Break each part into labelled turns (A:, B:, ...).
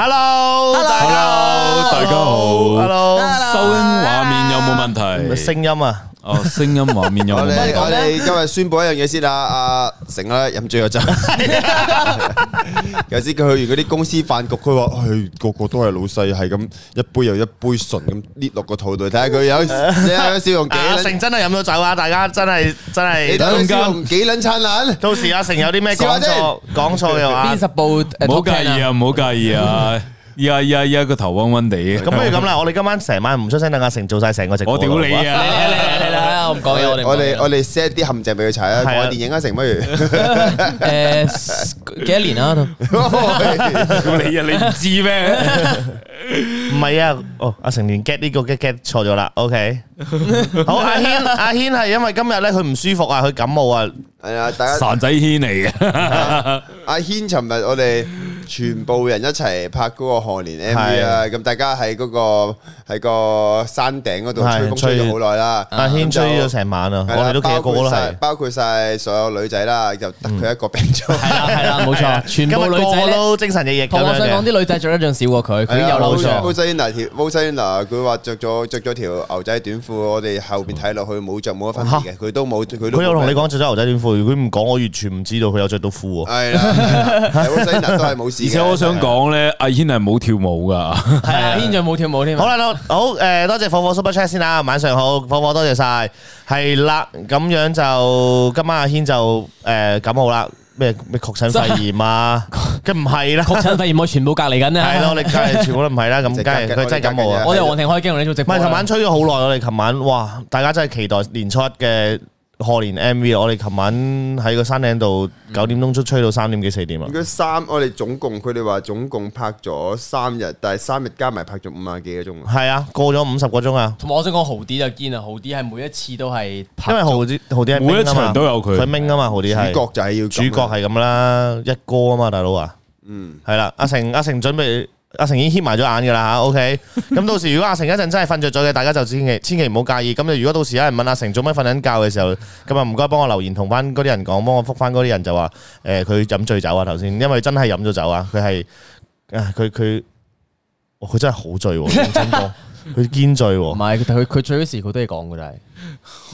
A: Hello，
B: Hello，
A: 大家好，
B: 大
C: 家好
A: ，Hello，
C: 收音畫面有冇問題？
A: 聲音啊，
C: 哦，聲音畫 面有
B: 我
C: 冇問題？
B: 哋我哋今日宣布一樣嘢先啦，阿成啦飲醉咗酒，有時佢去完嗰啲公司飯局，佢話：，唉，個個都係老細，係咁一杯又一杯純咁搣落個肚度，睇下佢有睇下佢笑容幾
A: 阿
B: 撚
A: 成，真係飲咗酒啊！大家真係真
B: 你睇
A: 係，
B: 佢笑容幾撚燦爛。
A: 到時阿成有啲咩
B: 笑下
A: 講錯講錯嘅話
D: 邊，十部誒
C: 唔好
D: Top Ten
C: 介意
D: 啊？
C: 啊，唔好介意啊！依家依家依家個頭暈暈地嘅，
A: 咁不如咁啦，我哋今晚成晚唔出聲，等阿成做晒成個直播。
C: 我屌你！
D: 嚟
C: 啊！
D: 啦嚟啦嚟啦！我唔講嘢，我哋唔講嘢
B: 我哋我哋 set 啲陷阱俾佢踩啊！
A: 係啊
B: 講電影啊，成不如
D: 誒幾多 年啊？
C: 屌你啊！你唔知咩？
A: 唔係啊，哦，阿成連 get 呢個 get get 錯咗啦。OK，好，阿軒阿軒係因為今日咧佢唔舒服啊，佢感冒啊，
B: 係啊！大家
C: 散仔軒嚟嘅，
B: 阿軒，尋日我哋全部人一齊拍嗰個賀年 MV 啊！咁大家喺嗰個喺個山頂嗰度吹風
A: 係
B: 吹咗好耐啦。
A: 阿軒吹咗成晚啊，
B: 係
A: 我
B: 啦
A: 哋都其實個個
B: 包括
A: 都
B: 晒
A: 係。
B: 包括晒所有女仔啦，就得佢一個病咗。
D: 係啦係啦，冇
A: 係啊
D: 錯，全部
A: 今
D: 女
A: 日個
D: 仔
A: 個
D: 咧。
A: 都精神奕奕
D: 同
A: 咁
D: 我
A: 樣
D: 想講
A: 嘅。
D: 啲女仔着得仲少過佢，佢
B: 係啊
D: 又嬲咗。
B: Mosaina 條 Mosaina，佢話着咗着咗條牛仔短褲，我哋後邊睇落去冇着冇乜分別嘅，佢都冇佢都冇
A: 佢有同你講嗯着咗牛仔短褲，佢唔講我完全唔知道佢有着到褲喎。
B: 係啦，Mosaina 都係冇事
C: 而
B: 嘅。
C: 且我想講咧，阿軒係冇跳舞噶，
D: 係啊，軒仲冇跳舞添啊。
A: 好啦，好好誒，多謝火火 Super Chat 先啦，晚上好，火火多謝晒，係啦，咁樣就今晚阿軒就誒感冒啦，咩咩確診肺炎啊，佢唔係啦，
D: 確診肺炎我全部隔離緊啊。
A: 係咯，你梗係全部都唔係啦， 咁梗係佢真係感冒啊。
D: 我哋黃庭開經同你做直
A: 唔
D: 播啊。
A: 係，琴晚吹咗好耐，我哋琴晚哇，大家真係期待年初一嘅賀年 MV 啊！我哋琴晚喺個山頂度九點鐘出吹到三點幾四點啊
B: 應！該三，我哋總共佢哋話總共拍咗三日，但係三日加埋拍咗五萬幾個鐘啊！
A: 係啊，過咗五十個鐘啊！
D: 同埋我想講豪啲就堅啊，豪啲係每一次 都係拍
A: 因為豪啲豪啲係
C: 每一
A: Ming 啊嘛
C: 場都有佢
A: 佢 Ming 啊嘛，豪啲
B: 主
A: 係
B: 角就係要
A: 主角係咁啦，一哥啊嘛，大佬啊，嗯，係啦，阿成阿成準備。阿成已經掀埋咗眼㗎啦嚇，OK。咁 到時如果阿成一陣真係瞓着咗嘅，大家就千祈千祈唔好介意。咁就如果到時有人問阿成做咩瞓緊覺嘅時候，咁啊唔該幫我留言同翻嗰啲人講，幫我覆翻嗰啲人就話誒佢飲醉酒啊頭先，因為真係飲咗酒啊，佢係啊佢佢，哇佢真係好醉喎，認真 講佢堅醉
D: 唔
A: 喎，
D: 係，但佢佢最嗰時佢都係講嘅，真係。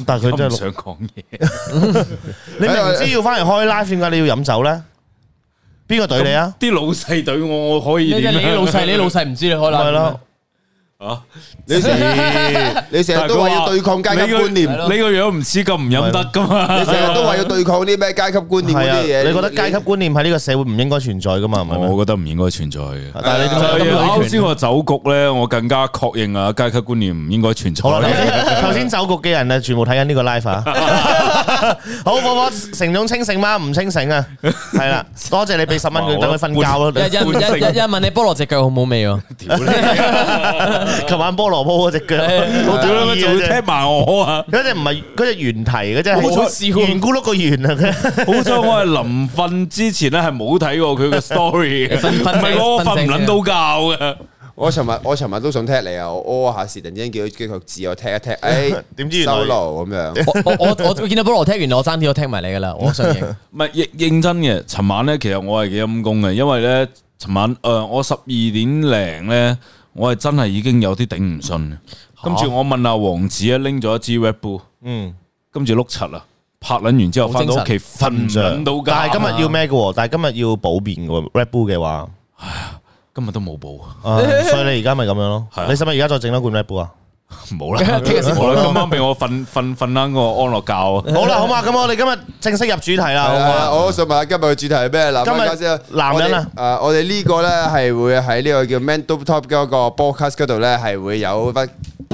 A: 但係佢
C: 真
A: 真
C: 係
A: 係
C: 想講嘢。
A: 你明知要翻嚟開 live，點解你要飲酒咧？邊個對你啊？
C: 啲老細對我，我可以
D: 因為
C: 點
D: 你啲
C: 啊
D: 老細，你啲老細唔知你開啦。
A: 咪咯，
C: 啊？
B: 你成
C: 네.
B: 你成日都話要對抗階級觀念
C: 你。個你個樣唔似咁唔飲得噶嘛？
B: 你 成日都話要對抗啲咩階級觀念嗰
A: 係啊，
B: 啲
A: 你
B: 嘢，
A: 覺得階級觀念喺呢個社會唔應該存在噶嘛？係咪？
C: 我覺得唔應該存在嘅。
A: 但係你
C: 就
A: 點
C: 係啊
A: 解
C: 啱先個酒局咧，我更加確認啊，階級觀念唔應該存在。
A: 好啦，頭先頭先酒局嘅人咧，全部睇緊呢個 live 啊！好，火火成總清醒嗎？唔清醒啊！係啦，多謝你俾十蚊佢，等佢瞓覺咯。
D: 一一一一一問你菠蘿只腳好唔好味喎？
C: 屌你啊，
A: 琴晚菠蘿煲嗰只腳，
C: 我
A: 好
C: 屌
A: 屌
C: 你，仲要踢埋我啊！
A: 嗰只唔係嗰只圓蹄，嗰只
D: 好
A: 係
D: 好笑
A: 圓咕碌個圓啊！
C: 好彩我係臨瞓之前咧係冇睇過佢個 story 嘅，
D: 瞓
C: 唔
D: 瞓
C: 係我瞓唔撚到覺嘅。
B: 我尋日我尋日都想踢你啊！我屙下屎，突然之間叫佢腳趾，我踢一踢，哎，
A: 點知原來
B: 收爐 咁樣。
D: 我我我我見到菠蘿踢完，我爭啲我踢埋你噶啦，我承認。
C: 唔係認認真嘅，尋晚咧其實我係幾陰公嘅，因為咧尋晚誒、呃我十二點零咧，我係真係已經有啲頂唔順嘅。跟住我問阿王子咧拎咗一支 Red Bull，
A: 嗯，
C: 跟住碌柒啦，拍撚完之後
D: 冇
C: 翻
D: 精
C: 到
D: 神
C: 屋企瞓唔撚到覺。
A: 但係今日要咩嘅喎？但係今日要補面嘅喎，Red Bull 嘅話，
C: 今日都冇補啊，
A: 啊所以你而家咪咁樣咯
C: 係啊。
A: 你使唔使而家再整多罐 Red Bull 啊？
C: 冇 啦，
D: 聽日先
C: 冇啦，今晚俾我瞓瞓瞓翻個安樂覺啊。
A: 好啦，好嘛，咁我哋今日正式入主題啦，好
B: 係
A: 唔好啊
B: 啊，？我想問下今日嘅主題係咩？嗱，
A: 今日
B: 翻家先啊
A: 男人啊，
B: 我哋誒，我哋呢個咧係會喺呢個叫 Man Top Top 嗰個 podcast 嗰度咧係會有得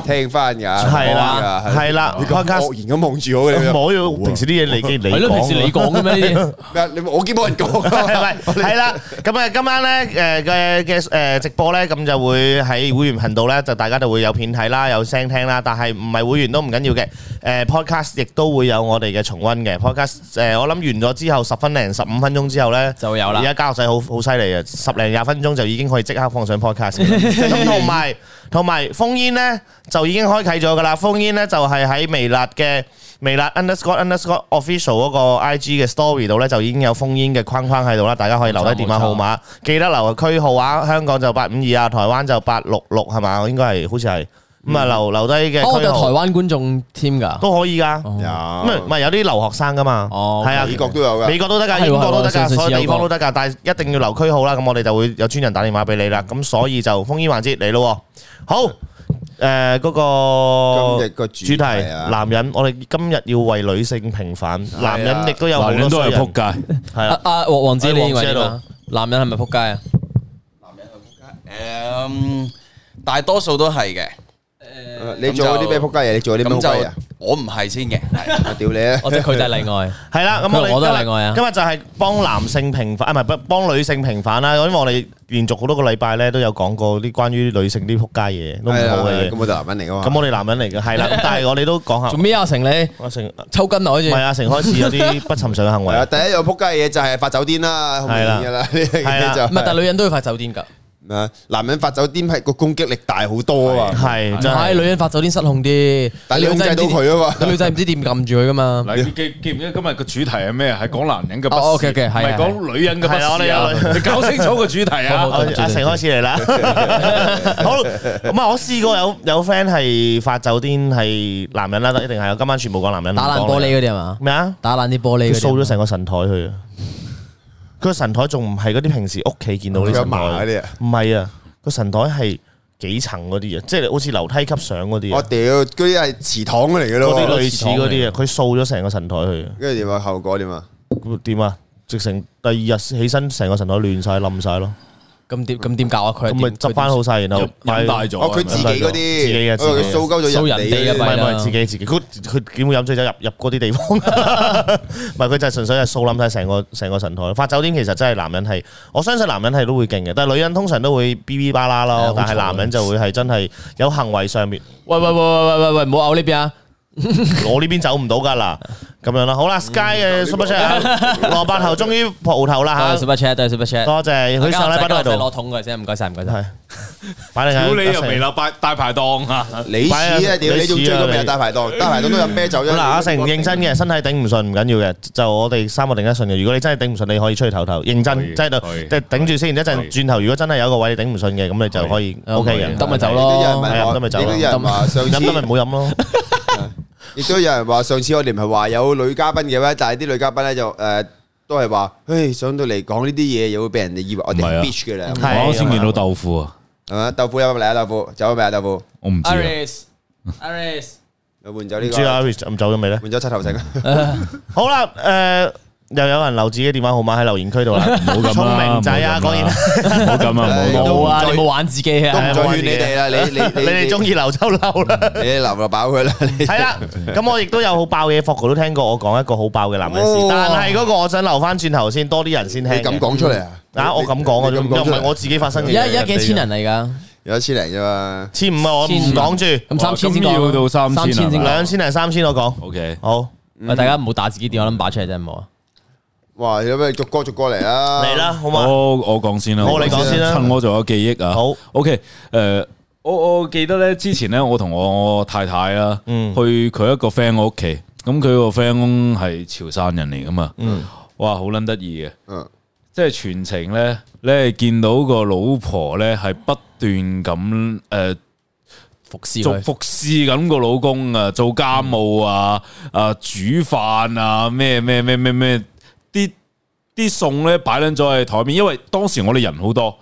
B: 聽翻㗎，
A: 係啦
B: 講㗎
A: 係啦
B: 你咁
A: podcast
B: 愕然咁望住我嘅
A: 唔
B: 你咁樣，
A: 好要平時啲嘢你嘅你
D: 係咯，平時你
A: 講。啊
D: 講嘅咩 呢啲？
B: 咩啊你我見冇人講
A: 係咪係啦，咁啊，今晚咧誒嘅嘅誒直播咧，咁就會喺會員頻道咧，就大家就會有片睇啦，有聲聽啦。但係唔係會員都唔緊要嘅，誒 podcast 亦都會有我哋嘅重温嘅 podcast。誒，我諗完咗之後，十分零十五分鐘之後咧，
D: 就 有啦
A: 而家家學仔好好犀利啊，十零廿分鐘就已經可以即刻放上 podcast 嘅。咁同埋同埋封煙咧就已經開啟咗㗎啦，封煙咧就係喺微辣嘅。微辣 underscore underscore official 嗰個 IG 嘅 story 度咧，就已經有封煙嘅框框喺度啦，大家可以留低電話號碼，記得留區號啊，香港就八五二啊，台灣就八六六係嘛，應該係好似係咁啊，留留低嘅
D: 哦，我哋
A: 區
D: 有台
A: 號
D: 灣觀眾添㗎。
A: 都可以噶。咁啊唔係有啲留學生噶嘛，
D: 哦
A: 係啊，
B: 美國都有噶，
A: 美國都得㗎，
D: 係喎
A: 英國都得㗎，
D: 係喎上次
A: 所有地方
D: 有
A: 都
D: 個
A: 得㗎，但係一定要留區號啦。咁我哋就會有專人打電話俾你啦。咁所以就封煙環節嚟咯喎。好，誒嗰
B: 今日
A: 個
B: 個主
A: 主題
B: 題啊，
A: 男人，我哋今日要為女性平反，男人亦都有好
C: 男
A: 多衰
C: 人都係
A: 人，
C: 撲街。
A: 係
D: 啊
A: 啦，
D: 啊，王王子
A: 係
D: 你
A: 王
D: 認
A: 子
D: 為
A: 喺
D: 點
A: 度
D: 啊？男人係咪撲街 啊？
E: 誒，嗯大多數都係嘅。
B: 你做嗰啲咩仆街嘢？你做嗰啲咩仆
E: 咁
B: 街 啊？
E: 就我唔係先嘅，係
B: 我屌你啊！
D: 我即係佢就係例外。
A: 係啦。咁我
D: 我都係
A: 哋
D: 例外啊
A: 今日就係幫男性平反，啊唔係不幫女性平反啦。因為我哋連續好多個禮拜咧都有講過啲關於女性啲撲街嘢，都唔
B: 係
A: 好
B: 啊
A: 嘅嘢
B: 咁。我就男人嚟噶嘛。
A: 咁我哋男人嚟嘅係 啦，咁但係我哋都講
D: 做
A: 下，
D: 咩啊？阿成你
A: 阿成唔
D: 抽筋啊？好似
A: 係阿成開始有啲不尋常嘅行為
B: 係。啊，第一樣仆街嘢就係發酒癲啦，好明顯噶啦，呢
A: 係
B: 樣
A: 啦
B: 嘢就
D: 唔係，但係女人都要發酒癲㗎。
B: 啊，男人發酒癲係個攻擊力大好多啊嘛，
A: 係
D: 唔
A: 真
D: 係
A: 係
D: 女人發酒癲失控啲，
B: 但係你控制到佢啊嘛
D: 個女仔唔知點撳住佢噶 嘛。
C: 嗱，記記唔記得今日個主題係咩？係講男人嘅不
D: 哦
C: 是，唔
D: ，OK，OK，係
C: 係
D: 係
C: 講女人嘅不
A: 係啊我
C: 是
A: 哋
C: 啊！
A: 有
C: 你搞清楚個主 題
D: 好
C: 啊！
A: 阿阿成開始嚟 啦，好咁啊！我試過有有 friend 係發酒癲係男人啦，一定係我今晚全部講男人，
D: 打爛
A: 唔講
D: 玻
A: 女
D: 璃
A: 人
D: 嗰啲係嘛？
A: 咩啊？
D: 打爛啲玻璃
A: 佢
D: 嗰
A: 掃咗
D: 啲。
A: 成個神台去啊！佢個神台仲唔係嗰啲平時屋企見到啲
B: 佢阿
A: 神
B: 嫲嗰
A: 台，
B: 啲啊，
A: 唔係啊！個神台係幾層嗰啲啊，即係好似樓梯級上嗰啲
B: 我
A: 啊，
B: 屌，嗰啲係祠堂嚟嘅
A: 嗰啲
B: 咯，
A: 類似嗰啲啊，佢掃咗成個神台去啊，
B: 跟住點啊？後果點啊？
A: 咁點啊？直成第二日起身，成個神台亂晒冧晒咯，
D: 咁點咁點搞啊？佢
A: 咁咪執翻好晒，然後
C: 飲飲大咗，
B: 哦，佢自己
A: 自
B: 嗰
A: 己
B: 啲，
A: 嘅
B: 哦佢
A: 自己嘅
B: 掃鳩
D: 掃
B: 咗人
D: 人哋
B: 哋
A: 唔係
B: 嘅，
D: 嘅
A: 唔
D: 咪啦
A: 係自己自己，佢佢點會飲醉酒入入嗰啲地 方？唔係佢就係純粹係掃冧晒成個成個神台。發酒癲其實真係男人係，我相信男人係都會勁嘅，但係女人通常都會哔哔巴啦
D: 係啊
A: 咯
D: 好，
A: 但係
D: 嘈
A: 男人就會係真係有行為上面，
D: 喂喂喂喂喂喂，唔好嘔呢邊啊！
A: 我呢邊走唔到㗎啦，咁樣啦。好啦，Sky ờ, à? 嘅 super chat，蘿蔔頭終於蒲頭啦
D: 對
A: 嚇，
D: super chat，對 super chat。
A: 啊多謝佢上禮拜都喺
D: 今日
A: 度
D: 攞，桶嘅啫，唔該晒，唔該
A: 係
D: 晒。
A: 擺你
C: 屌你
A: 喺
C: 又未立大大排檔啊！
B: 你似啊屌！你仲追到未啊？大排檔，大排檔都有啤酒啫。
A: 嗱，阿成認真嘅，身體頂唔順唔緊要嘅，就我哋三個頂得順嘅。如果你真係頂唔順，你可以出去唞唞，認
C: 可以
A: 真真係度
C: 可以
A: 即係頂住先。一陣轉頭，如果真係有個位你頂唔順嘅，咁你就可以 OK 嘅。
D: 唔得咪走
B: 都有人問
D: 咯。
B: 我，亦都有人話上
A: 飲得咪
B: 次
A: 唔。好飲咯。
B: 亦都有人話上次我哋唔係話有女嘉賓嘅咩？但係啲女嘉賓咧就誒都係話，誒上到嚟講呢啲嘢，又會俾人哋以為我哋
C: 唔係
B: 係
C: 啊
B: bitch 嘅啦，
A: 係啊
C: 我啱先見到豆腐啊，
B: 係嘛？豆腐有冇嚟啊？豆腐走咗未啊？豆腐
C: 我唔知啊。
D: Iris，Iris，
B: 換咗
A: 唔
B: 呢
A: 知
B: 個，
A: 阿 Rich 唔走咗未咧？
B: 換咗七頭城。
A: 好啦，誒。又有人留自己電話號碼喺留言區度啦，唔
C: 好咁啦
A: 聰明仔啊，
C: 唔好
A: 果
C: 咁
A: 然
C: 啦唔好咁啊！唔好
D: 冇
C: 咁啊
D: 啊！你冇玩自己
B: 都唔
D: 啊！
B: 再勸你哋啦，你你
A: 你哋中意留就留啦。
B: 你留就飽佢啦。你
A: 係啦，咁我亦都有好爆嘢，Fogo 都聽過我講一個好爆嘅男人事
B: 哦，
A: 但係嗰個我想留翻轉頭先，多啲人先聽
B: 你
A: 嘅。
B: 咁講出嚟啊？
A: 啊！我咁講嘅
B: 你
A: 啫，
B: 咁
A: 又
B: 講
A: 唔
B: 出
A: 係
B: 嚟，
A: 我自己發
C: 哎
A: 生嘅。
D: 而家而家幾千人，嚟㗎？
B: 有一千零啫嘛。
A: 千五啊！我唔
D: 千五
A: 講住，
D: 咁三千先
C: 咁要到三千啊
D: 千
C: 係
D: 先
C: 嗯
D: 講。
A: 兩千定係三千我講。
C: OK，
A: 好
D: 喂，大家唔好打自己電話 number 出嚟真係冇啊！
B: 哇！有咩逐個逐個嚟啦？
A: 嚟啦，好嘛？
C: 我我講先啦，
A: 好你講先啦
C: 趁我仲有記憶啊。
A: 好
C: ，OK，誒，我我記得咧，之前咧，我同我太太啦，
A: 嗯
C: 去佢一個 friend 我屋企，咁佢個 friend 係潮汕人嚟噶嘛，
A: 嗯
C: 哇，好撚得意嘅。
B: 嗯，
C: 即係全程咧，你係見到個老婆咧係不斷咁呃誒
D: 服侍
C: 做
D: 佢。
C: 服侍緊個老公啊，做家務啊，啊煮飯啊，咩咩咩咩咩，啲啲餸咧擺撚咗喺台面，因為當時我哋人好多，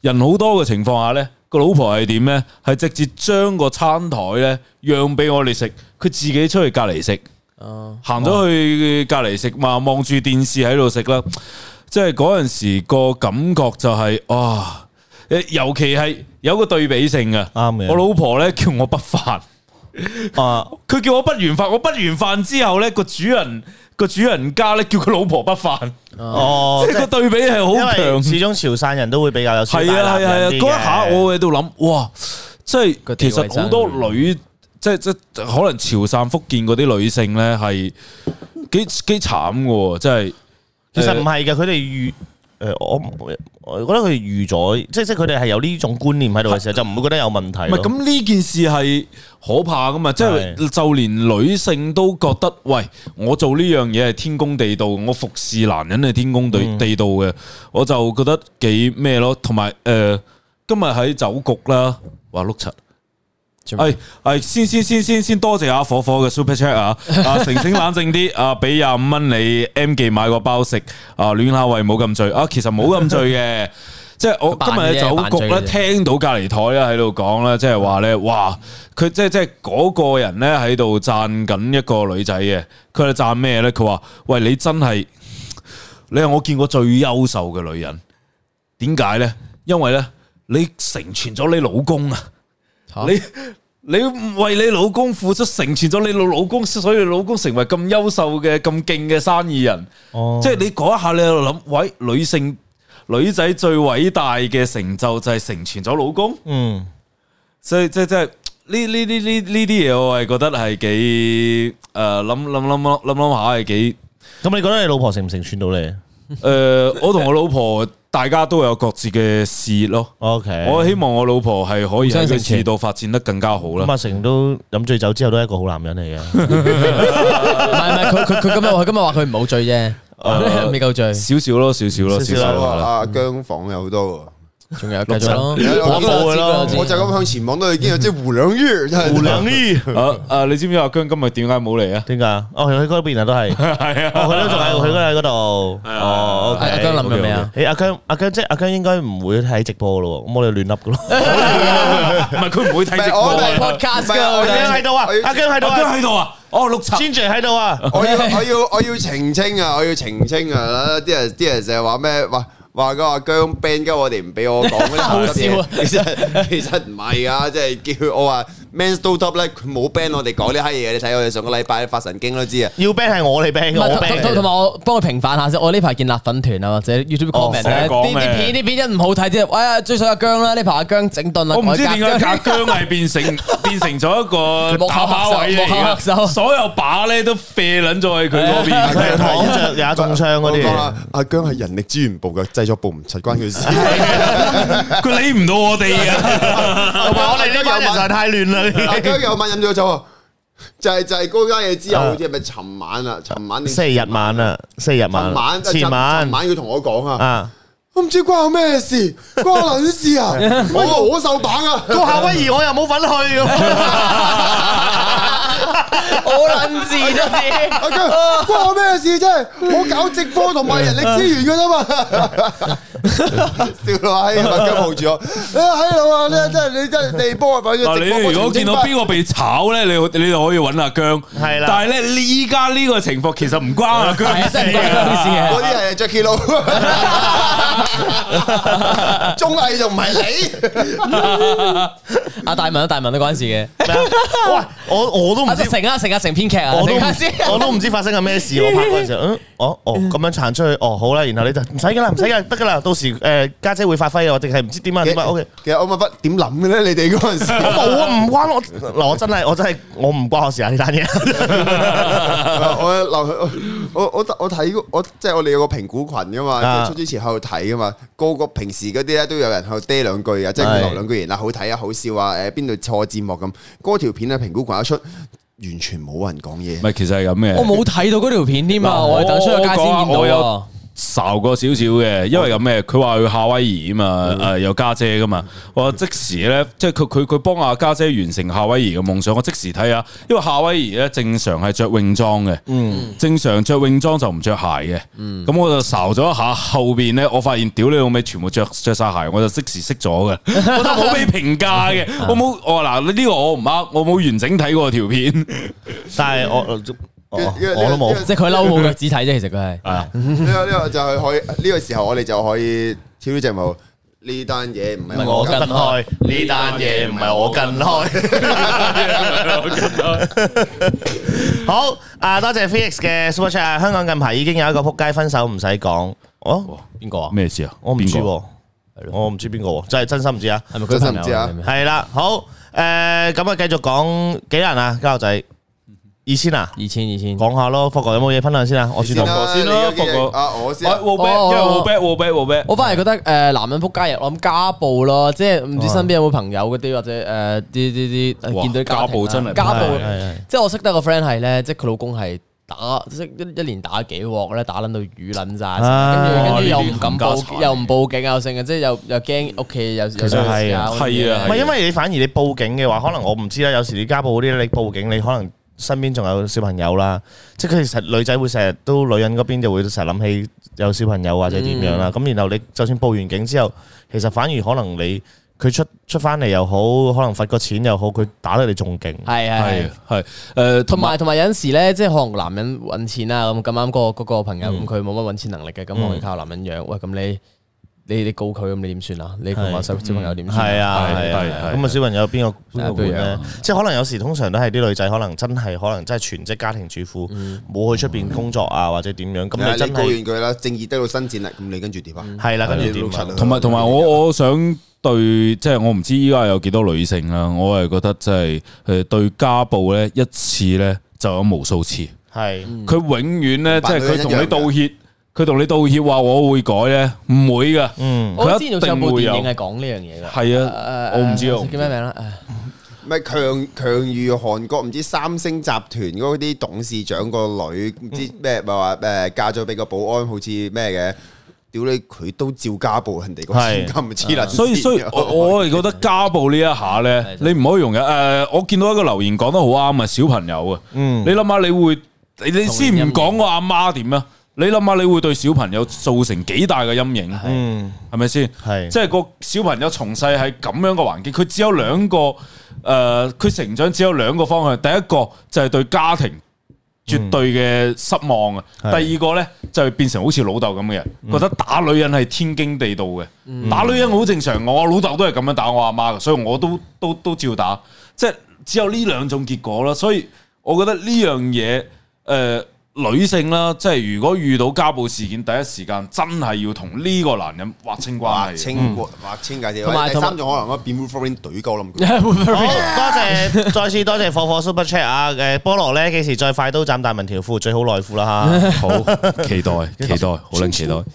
C: 人好多嘅情況下咧，個老婆係點咧？係直接將個餐台咧讓俾我哋食，佢自己出去隔離食。
D: 哦
C: 行咗去隔離食嘛，望住電視喺度食啦。即係嗰陣時個感覺就係、啊，誒尤其係有個對比性嘅。
A: 啱嘅
C: 我老婆咧叫我不飯，
A: 啊，
C: 佢叫我不完飯，我不完飯之後咧個主人個主人家咧叫佢老婆不飯，
A: 哦
C: 即，係個對比係
A: 因
C: 好
A: 為
C: 強。
A: 始終潮汕人都會比較有少少
C: 係啊
A: 大
C: 係啊係
A: 男
C: 啊！
A: 人
C: 嗰
A: 啲嘅
C: 一下我喺度諗，哇！即係
D: 個地
C: 其
D: 位
C: 實好多
D: 真係
C: 女，即係即係可能潮汕、福建嗰啲女性咧，係幾幾慘嘅喎，即係
A: 其實唔係嘅，佢哋遇誒我唔我覺得佢預咗，即即佢哋係有呢種觀念喺度嘅時候，就唔會覺得有問題
C: 唔係
A: 咯。
C: 咁呢件事係可怕噶嘛？即係
A: 係
C: 就連女性都覺得，喂，我做呢樣嘢係天公地道，我服侍男人係天公地
A: 嗯
C: 地道嘅，我就覺得幾咩咯。同埋誒，今日喺酒局啦，話碌柒。
D: 做咩
C: 係係哎先先先先先多謝阿火火嘅 super chat 啊！啊，成成冷靜啲啊，俾廿五蚊你 M 記買個包食啊，暖下胃冇咁醉啊，其實冇咁醉 嘅，即係我
D: 扮
C: 今日
D: 啫
C: 喺酒局咧
D: 扮醉啫
C: 聽到隔離台咧喺度講咧，即係話咧，哇！佢即係即係嗰個人咧喺度讚緊一個女仔嘅，佢係讚咩咧？佢話：喂，你真係你係我見過最優秀嘅女人，點解咧？因為咧，你成全咗你老公啊！
D: 嚇
C: 你你为你老公付出，成全咗你老老公，所以你老公成為咁優秀嘅、咁勁嘅生意人。
A: 哦
C: 即係你嗰一下，你喺度諗，喂，女性女仔最偉大嘅成就就係成全咗老公，
A: 嗯，
C: 所以即係即係呢呢呢呢呢啲嘢，我係覺得呃係幾诶諗諗諗諗諗諗下係幾
A: 咁你覺得你老婆成唔成全到你
C: 诶，呃我同我老婆大家都有各自嘅事業咯。
A: ？OK，
C: 我希望我老婆係可以喺
D: 互相
C: 個
D: 成全
C: 事度發展得更加好啦
A: 咁。阿成都飲醉酒之後都係一個好男人嚟嘅。
D: 唔係唔係，佢佢佢今日佢今日話佢唔好醉
C: 哦
D: 啫， 未夠醉，
C: 少少咯，少少咯，少
A: 少少
C: 少
A: 啦
C: 咯。
B: 阿姜房有好多
D: 仲有繼續咯，
B: 喎，
A: 廣告嘅咯
B: 我就咁向前望到已經有即胡兩月，
A: 胡良呢？
C: 啊啊！你知唔知阿姜今日點解冇嚟啊？
A: 點解？哦，佢嗰邊啊都係，
C: 係
A: 哦，佢都仲喺，佢都喺嗰度。哦
D: 阿
A: ，OK。
D: 姜諗緊未啊？
A: 誒，阿姜，阿姜即係阿姜應該唔會睇直播咯喎，咁我哋亂笠噶 咯。
C: 唔係佢唔會睇直
B: 唔
C: 播
B: 係
C: 啊。
D: podcast
B: 唔係我
A: 阿
B: 哋
A: 姜喺度啊
B: 我！要
A: 阿姜喺度
C: 阿姜
A: 啊
C: 喺度啊！哦，六七
A: ！Ginger 喺度啊！
B: 我要我要我要澄清啊！我要澄清啊！啲人啲人成日話咩話話個阿姜 ban 鳩我哋唔俾我講嗰啲鹹濕
D: 好笑
B: 嘢
D: 啊，
B: 其實其實唔係啊！即係叫我話 man s t o top 咧，佢冇 ban 我哋講呢閪嘢嘅。你睇我哋上個禮拜發神經都知啊！
A: 要 ban 係我哋 ban 嘅，
D: 唔係
A: 我
D: 同
A: ban
D: 同
A: 嘅
D: 同埋我幫佢平反下先，我呢排見辣粉團啊，或者 YouTube
A: 哦
D: comment
C: 成日
D: 咧，
C: 講
D: 啲啲
C: 咩
D: 片啲片真唔好睇，即係哎呀追上阿姜啦，呢排阿姜整頓啦，
C: 我唔知
D: 改
C: 點
D: 革
C: 解阿姜係變成變成咗一個
D: 幕
C: 打
D: 後黑手
C: 靶位嚟
D: 幕後黑
C: 嘅，
D: 手
C: 所有靶咧都射撚咗喺佢嗰邊。
A: 佢躺着也中槍嗰啲
B: 我講
A: 嘢。
B: 啊阿姜係人力資源部嘅製作部，唔柒關佢事。
C: 佢理唔到我哋啊！
A: 同埋我哋呢班人實在太亂
B: 阿
A: 啦。
B: 姜有晚飲咗酒啊，就係就係嗰單嘢之後，好似係咪尋晚啊？尋晚定
A: 星期日晚啊，星期日
B: 尋
A: 晚，
B: 晚
A: 前
B: 尋
A: 晚
B: 晚佢同我講啊。
A: 啊，
B: 我唔知關我咩事，關我撚 事啊！我我受打啊！
A: 個夏威夷我又冇份去 咁。
D: 好撚字 都知。啊
B: 阿姜，關我咩事啫？我搞直播同埋人力資源噶啫 嘛！ 笑到閪，阿姜望住 我，你閪佬啊！你真係你真係你幫我快啲
C: 嗱，
B: 直播。
C: 你如果見到邊個被炒咧，你你就可以揾阿姜。
A: 係啦
C: 但係咧依家呢個情況其實唔關阿姜
D: 係
C: 事
D: 啊真係唔關阿姜事
C: 嘅
D: 嘅。
B: 嗰啲係 Jackie Lou，綜藝就唔係你。
D: 阿大文啊，大文都關事嘅。
A: 喂，啊我我都唔
D: 阿
A: 知。
D: 成啊，成啊，成編劇啊，
A: 我都
D: 成啊
A: 唔
D: 先。
A: 我 都唔知發生緊咩事，我拍嗰陣時，嗯，哦哦咁樣撐出去，哦好啦，然後你就唔使噶啦，唔使噶，得噶啦，到時誒家姐會發揮啊，我定係 唔知點啊點啊，OK，
B: 其實我問不點諗嘅咧？你哋嗰陣時，
A: 我冇啊，唔關我，嗱我真係我真係我唔關我事啊呢單嘢，
B: 啊我留我我我睇過我即係我哋有個評估群噶嘛，
A: 啊
B: 出之前喺度睇噶嘛，個個平時嗰啲咧都有人喺度嗲兩句啊，即係佢
A: 係
B: 留兩句言啦，好睇啊，好笑啊，誒邊度錯字幕咁，嗰條片咧評估群一出，完全冇人講嘢
C: 唔。係，其實係咁嘅。
D: 我冇睇到嗰條片添
C: 嗱
D: 啊，我係等出咗街先
C: 我我
D: 見到
C: 有
D: 啊。
C: 睄過少少嘅，因為咁嘅，佢話去夏威夷啊
D: 嗯
C: 嘛，誒有家姐噶嘛，我即時咧，即係佢佢佢幫阿家姐完成夏威夷嘅夢想，我即時睇下，因為夏威夷咧正常係着泳裝嘅，
D: 嗯
C: 正常着泳裝就唔着鞋嘅，咁我就睄咗一下後邊咧，我發現屌你老味全部着着晒鞋，我就即時熄 咗嘅，我就冇俾評價嘅，我冇我嗱呢個我唔啱，我冇完整睇過條 片，
A: 但係我我我都冇，
D: 即係佢嬲冇腳趾睇啫，其實佢係。
C: 啊
B: 呢個呢個就係可以呢個時候我哋就可以跳呢隻舞。呢單嘢唔係我
A: 我
B: 跟
A: 跟開呢單嘢唔係我跟開。好啊，多謝 Felix 嘅 Super Chat 啊。香港近排已經有一個撲街分手唔使講，哦，
D: 邊個啊？
C: 咩事啊？
A: 我唔
C: 邊
A: 知
C: 個
A: 喎，我唔知邊個喎，真係真心唔知啊。
D: 係咪佢朋友啊？
B: 真心唔
A: 係啦，好誒，咁啊繼續講幾難啊，家樂仔二千啊，
D: 二千二千。
A: 講下咯，霍哥有冇嘢分享先啊？我主動
B: 先。啦
C: 先啦
B: 你有幾
C: 霍哥
B: 啊，我先
C: 喂
B: 啊。
C: ，Wallback，因為 Wallback- Wallback- Wallback
D: 我反而覺得誒、呃男人撲街日，我諗家暴咯，即係唔知身邊有冇朋友嗰啲或者誒啲啲
C: 哇
D: 啲見到啲家庭啊
C: 家暴真係
D: 家暴
A: 係係係，
D: 即係我識得個 friend 係咧，即係佢老公係。打即係一一年打幾鑊咧，打撚到魚撚晒，跟住
A: 啊
D: 跟住又唔
C: 呢啲
D: 敢
C: 冚家
D: 報，
C: 鏟
D: 又唔報警又剩嘅，即係又又驚屋企有有
A: 實係啊
C: 係啊
A: 唔係，因為你反而你報警嘅話，可能我唔知啦。有時你家暴嗰啲，你報警，你可能身邊仲有小朋友啦，即係佢其實女仔會成日都女人嗰邊就會成日諗起有小朋友或者點樣啦。咁、然後你就算報完警之後，其實反而可能你佢出出翻嚟又好，可能罰個錢又好，佢打得你仲勁。
D: 係係係
C: 係。係誒，
D: 同埋同埋有陣時咧，即係可能男人揾錢啊啦，咁咁啱嗰個嗰個朋友
C: 嗯
D: 咁佢冇乜揾錢能力嘅，咁我哋靠男人養。喂，咁你你你告佢咁你點算啊？你同埋小小朋友點算？
A: 係啊，
C: 嗯
A: 係
C: 係
A: 啊
C: 係
A: 係啊
C: 係
A: 咁啊，小朋友邊個邊個管
D: 邊個
A: 咧
D: 養？
A: 即係可能有時通常都係啲女仔，可能真係可能真係全職家庭主婦，冇去出邊工作啊，或者點樣。咁
B: 啊
A: 你真
B: 告完
A: 嗯係
B: 佢啦，正義得到伸展啦，咁你跟住點啊？
A: 係啦，跟住點
B: 你老
A: 啊
B: 陳啊
C: 同埋同埋，我我想對即係我唔知依家有幾多女性啦，我係覺得即係誒對家暴咧一次咧就有無數次，
A: 係。
C: 佢永遠咧即係
B: 扮女人
C: 佢同你
B: 一樣嘅
C: 道歉，佢同你道歉話我會改咧，唔會噶，
A: 嗯
D: 我
C: 佢
D: 之
C: 一
D: 前仲有
C: 定
D: 部
C: 會
D: 電
C: 有
D: 影係講呢樣嘢㗎。
C: 係啊，我唔知啊，我唔知
D: 叫咩名啦？ 唉
B: 唔係強強如韓國唔知三星集團嗰啲董事長個女，唔知
A: 嗯
B: 咩咪話誒嫁咗俾個保安，好似咩嘅？屌你，佢都照家暴人哋個
A: 係
B: 千金咪黐撚線
C: 所以 所以我我係覺得家暴呢一下咧，你唔可以容忍。誒、我見到一個留言講得好啱啊，小朋友啊，你諗下你會，你你先唔講我阿媽點啊？你諗下你會對小朋友造成幾大嘅陰影，
A: 嗯，
C: 係咪先？
A: 係
C: 即係個小朋友從細係咁樣嘅環境，佢只有兩個誒，呃佢、成長只有兩個方向，第一個就係對家庭。絕對嘅失望啊！第
A: 嗯係嗯
C: 二個呢，就係變成好似老豆咁嘅人，覺得打女人係天經地道嘅，打女人好正常。我老豆都係咁樣打我阿媽嘅，所以我都都都照打。即係只有呢兩種結果啦。所以我覺得呢樣嘢，誒、女性啦，即係如果遇到家暴事件，第一時間真係要同呢個男人劃清關
B: 劃
C: 係。啊
A: 嗯
B: 清劃清界線。
D: 同
B: 同
D: 埋
B: 埋第三種可能嗰個變 Wolverine 懟鳩冧佢。
A: 好，
D: 係
A: 多謝，再次多謝火火 Super Chat 啊！誒，菠蘿咧幾時再快刀斬大文條褲，最好內褲啦吓！
C: 好期待，期待，好撚期待。
A: 多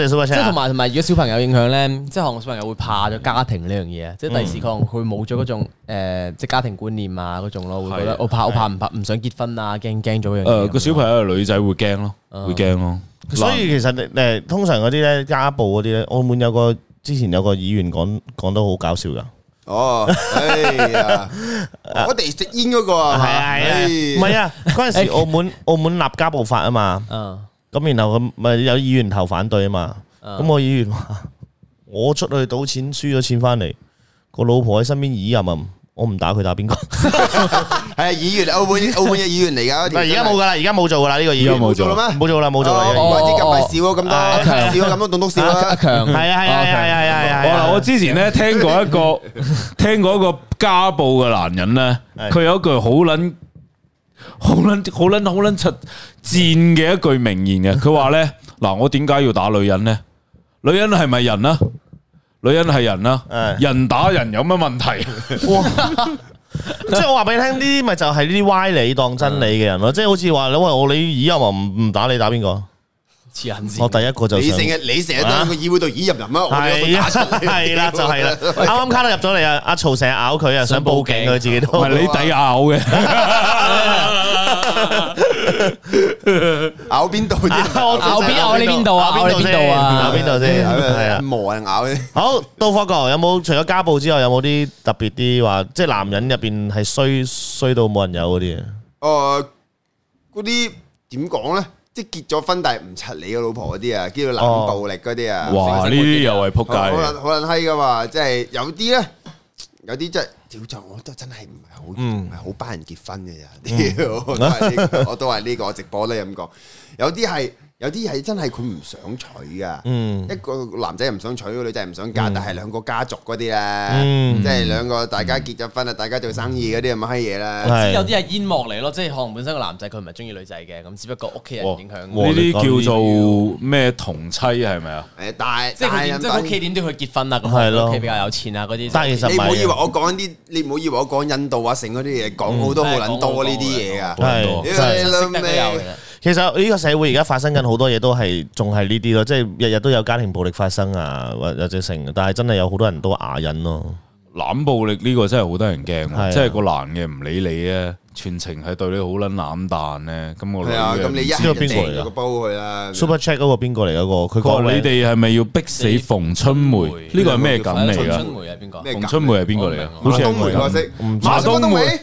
A: 謝 Super
D: 即
A: Chat
D: 係同
A: 啊。
D: 埋同埋，如果小朋友影響咧，即係可能小朋友會怕咗家庭呢樣嘢啊，即係第
C: 嗯
D: 時可能佢冇咗嗰種誒即係家庭觀念啊嗰種咯，會覺得
C: 係
D: 我怕我怕唔怕唔想結婚啊，驚驚咗嗰樣嘢咁
C: 誒
D: 樣。
C: 個小朋友係女仔會驚咯，會驚咯。
A: 所以其實誒，通常嗰啲咧家暴嗰啲咧，澳門有個之前有個議員講講得好搞笑噶，
B: 哦，哎 呀，我哋食煙嗰個啊，
A: 係
B: 嘛
A: 啊係啊，唔
B: 哎
A: 係啊，嗰陣時澳門澳門立家暴法啊嘛，
D: 嗯
A: 咁然後咁咪有議員投反對啊嘛，咁我議員話 我出去賭錢輸咗錢翻嚟，個老婆喺身邊咦啊嘛，我唔打佢打邊個？
B: 哎係議員，澳門澳門嘅議員嚟㗎。嗰
A: 嗱，
B: 條
A: 而家冇噶啦，而家冇做噶啦呢個議
C: 而
A: 員
C: 家，冇
B: 做
C: 做
B: 啦咩？
A: 冇做啦，冇做啦。已經
B: 哦怪之近排
D: 哦
B: 少咗咁多，
A: 哎
B: 少咗咁多棟篤笑
D: 阿阿
B: 啦。
D: 強
A: 係 啊係啊係啊係啊係啊係啊！
C: 我我之前咧聽過一個 聽過一個家暴嘅男人咧，
A: 係
C: 佢有一句好撚好撚好撚好撚出賤嘅一句名言嘅，佢話咧： 嗱，我點解要打女人咧？女人係咪人啊？女人係人啦、
A: 係
C: 人打人有乜問題？
A: 即係我話俾你聽，呢啲咪就係呢啲歪理當真理嘅人咯。即係好似話你喂我你以後唔唔打你打邊個？
D: 黐撚
A: 我
D: 線，
A: 第一個就
B: 你
A: 想
B: 成日你成日都喺個議會度咦入入啊，我哋
A: 係
B: 有
A: 啊
B: 份打出嚟
A: 係啦就係啦。啱啱卡特入咗嚟啊！阿曹成日咬佢啊，想報警佢自己都
C: 唔係你抵咬嘅，
B: 咬邊度啫？
A: 我
D: 咬邊咬你邊度啊
A: 咬邊度
D: 咬你邊度啊
A: 咬邊度先？係啊。
B: 磨人咬啫。
A: 好，到霍哥有冇除咗家暴之外，有冇啲特別啲話，即係男人入邊係衰衰到冇人有嗰啲啊？
B: 誒哦嗰啲點講咧？即係結咗婚但係唔柒你個老婆嗰啲啊，叫做冷暴力嗰啲啊。
C: 哇！呢啲又係撲
B: 好
C: 街
B: 撚好撚閪噶嘛，即係有啲咧，有啲真係，屌就我都真係唔係好唔係好幫 人結婚嘅咋，屌我都係呢個，我都係呢個我直播都係咁講，有啲係有啲係真係佢唔想娶噶。
A: 嗯
B: 一個男仔唔想娶，個女仔唔想嫁，但係兩個家族嗰啲咧，
A: 嗯
B: 即係兩個大家結咗婚啊，大家做生意嗰啲咁閪嘢啦。
A: 係
D: 有啲係煙幕嚟咯，即係可能本身個男仔佢唔係中意女仔嘅，咁只不過屋企人影響
A: 哇
C: 呢
A: 哇
D: 佢，
C: 啲叫做咩同妻係咪啊？
B: 誒，但係
D: 即係佢點
B: 但
D: 即係
B: 係
D: 屋企點都要佢結婚啊，
A: 係
D: 咁
A: 咯
D: 屋企比較有錢啊嗰啲就，
A: 但係其實
B: 你唔好以為
A: 唔係嘅
B: 我講啲，你唔好以為我講印度啊，成嗰啲嘢講好多好撚多呢啲嘢
D: 係
B: 噶。
A: 係
C: 多
B: 屌
A: 真係
B: 你老
D: 識得都有
B: 味
D: 嘅。
A: 其實呢個社會而家發生緊好多嘢都係仲係呢啲咯，即係日日都有家庭暴力發生啊，或或者成，但係真係有好多人都啞忍咯。
C: 攬暴力呢個真係好得人驚
A: 係啊
C: 喎，即係個男嘅唔理你咧，全程係對你好撚冷淡咧，咁個女
B: 係啊，
C: 嘅
B: 咁你一
A: 知道
B: 係
A: 邊個嚟㗎
B: 掟個煲佢啦。
A: Super Check 嗰個邊個嚟嗰個？佢
C: 佢話
A: 講
C: 你哋係咪要逼死馮春梅？呢個係啊咩感嚟
D: 馮春
C: 㗎？
D: 梅係邊個？
B: 咩
C: 馮春梅係邊個嚟㗎？
D: 我
C: 好似係
B: 馬東梅
C: 佢
B: 角色
C: 咁，
B: 馬東
C: 馬東
B: 梅
C: 梅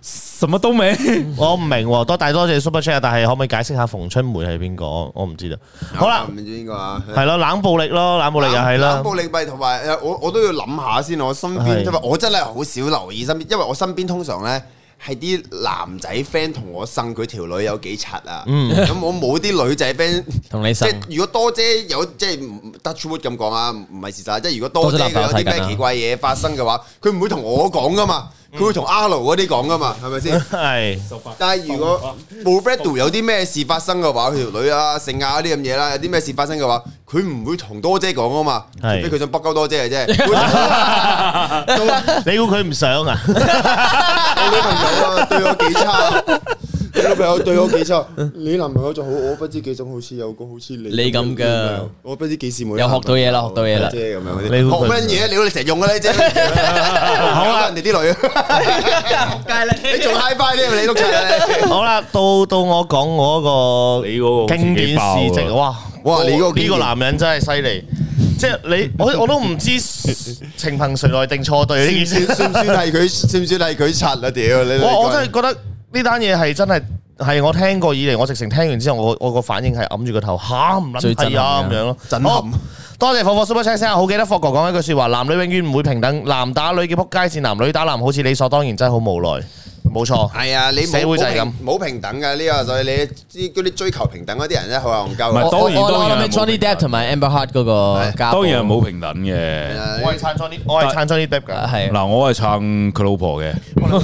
C: 什麼都未。
A: 我唔明喎，多大多謝 Super Chat，但係可唔可以解釋下馮春梅係邊個？我唔知道。好啦
B: 啊，唔知邊個啊？
A: 係咯，冷暴力咯，冷暴力又係
B: 冷
A: 啦，
B: 暴力咪同埋誒我我都要諗下先。我身
A: 係
B: 邊因為我真係好少留意身邊，因為我身邊通常咧係啲男仔 friend 同我呻佢條女有幾柒啊。咁我冇啲女仔 friend
D: 同你
B: 即
D: 生
B: 係如果多姐有即係唔 touch wood 咁講啊，唔係事實啊。即係如果多姐
D: 多
B: 佢
D: 姐男朋
B: 有
D: 友
B: 啲
D: 睇緊
B: 咩
D: 啊
B: 奇怪嘢發生嘅話，佢唔會同我講噶嘛，佢會同阿 L 嗰啲講噶嘛，係咪先？
A: 係
B: 但係如果 b o r e d o 有啲咩事發生嘅話，佢條女啊、性啊呢啲咁嘢啦，有啲咩事發生嘅話，佢唔會同多姐講啊嘛，除
A: 係
B: 非佢想北鳩多 姐嘅啫。佢會同
A: 你估佢唔想 啊？
B: 我女朋友啊，對我幾差。你女朋友對我幾差，你男朋友就好，我不知幾種好似有個好似你
D: 你咁㗎，
B: 我不知幾時冇
D: 又學到嘢啦學到嘢啦
B: 即係咁樣嗰啲，
A: 你會
B: 學乜嘢？你你成日用㗎啦， 啫， 好啦，人哋啲女，你仲 high five 添，你碌柒啊
A: 好啦，到到我講我
C: 你嗰
A: 嗰個
C: 個
A: 經典事
C: 自己
A: 蹟，
C: 爆啊
A: 哇
B: 哇你嗰個經典
A: 呢個男人真係犀利，即係你我 我都唔知情憑誰來定錯對呢件
B: 你
A: 事。
B: 算算唔算係佢？算唔算係佢柒啊？屌你！
A: 我我
B: 你
A: 真係覺得呢單嘢係真係係我聽過以嚟，我直情聽完之後，我我個反應係揞住個頭，嚇唔撚
D: 最震
A: 係啊
D: 撼
A: 咁
D: 嘅
A: 樣咯，
B: 震撼
A: 好。多謝火火 Super Chat 先啊！好記得霍哥講一句説話：男女永遠唔會平等，男打女嘅撲街戰，男女打男好似理所當然，真係好無奈。冇錯，
B: 係啊，你冇
A: 社會就係咁
B: 冇平冇平等嘅呢個，所以你啲嗰啲追求平等嗰啲人咧，好戇鳩
C: 唔
B: 啊。
C: 係當然
D: 我我
C: 當然
D: 我
C: 係
D: 諗起
C: 冇
D: Johnny
C: 平
D: Depp 同埋 Amber Heard 嗰個家暴
C: 當然係冇平等嘅。
A: 我係撐 Johnny，我係撐 Johnny Depp
D: 啊
A: 㗎。
D: 係
C: 嗱，我係撐佢老婆嘅，
B: 我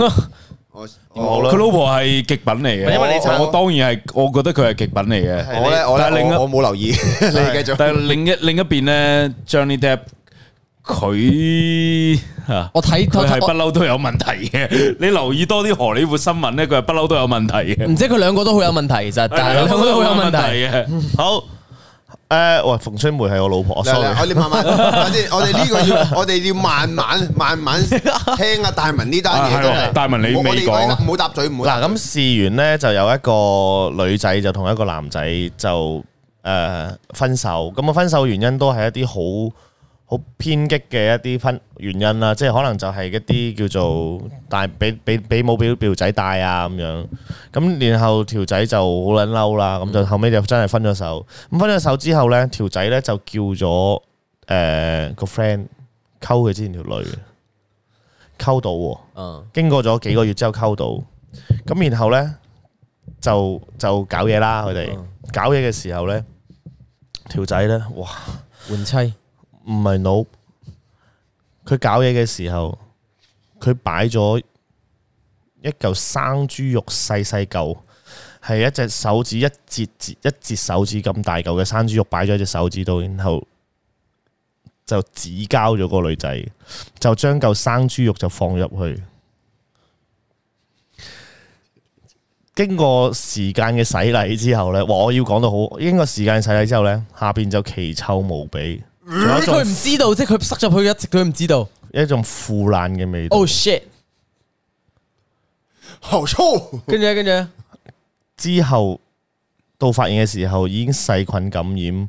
A: 好
B: 我
A: 啦
C: 佢老婆係極品嚟嘅。
A: 因為你撐
C: 我我當然係，我覺得佢係極品嚟嘅。
B: 我咧我
C: 但係
B: 咧
C: 另一
B: 我我冇留意，你繼續。
C: 但係另一另一邊咧，Johnny Depp 佢嚇。
D: 我睇
C: 佢係
D: 我
C: 不嬲都有問題 嘅，你留意多啲荷里活新聞咧，佢係不嬲都有問題嘅。
D: 唔知佢兩個都好有問題，
C: 啊
D: 其實，但係兩個都好有問題。
C: 嘅。
A: 好，誒，呃喂，馮春梅係我老婆
B: 嚟嚟我
A: ，sorry。
B: 哋慢慢，等先我哋呢個要，我哋要慢慢慢慢聽啊！大文呢單嘢
C: 啊係喎
B: 真係，
C: 大文你
B: 我我哋
C: 未講啊
B: 唔好搭嘴，唔好搭
A: 嗱，咁事完呢，就有一個女仔就同一個男仔就誒分手，咁啊分手原因都係一啲好好偏激嘅一啲分呃原因啦，即係可能就係一啲叫做帶俾俾俾冇表表仔帶啊咁樣，咁然後條仔就好撚嬲啦，咁
B: 嗯
A: 就後尾就真係分咗手。咁分咗手之後呢，條仔呢就叫咗誒個 friend 溝佢之前條女，溝到喎。
D: 嗯，
A: 經過咗幾個月之後溝到，咁然後呢，就就搞嘢啦，佢哋搞嘢嘅時候呢，條仔呢，哇，
D: 換妻
A: 唔係腦，佢搞嘢嘅時候，佢擺咗一嚿生豬肉細細嚿，係一隻手指一節節一節手指咁大嚿嘅生豬肉擺咗喺隻手指度，然後就指交咗個女仔，就將嚿生豬肉就放入去。經過時間嘅洗禮之後呢，哇！我要講到好，經過時間洗禮之後呢，下邊就奇臭無比，仲有一
D: 即係
A: 種
D: 佢唔知道，即係佢塞入去一直佢唔知道。
A: 一種腐爛嘅味道
D: Oh。shit！
B: 好粗。
D: 跟住呢跟住呢
A: 之後到發現嘅時候，已經細菌感染，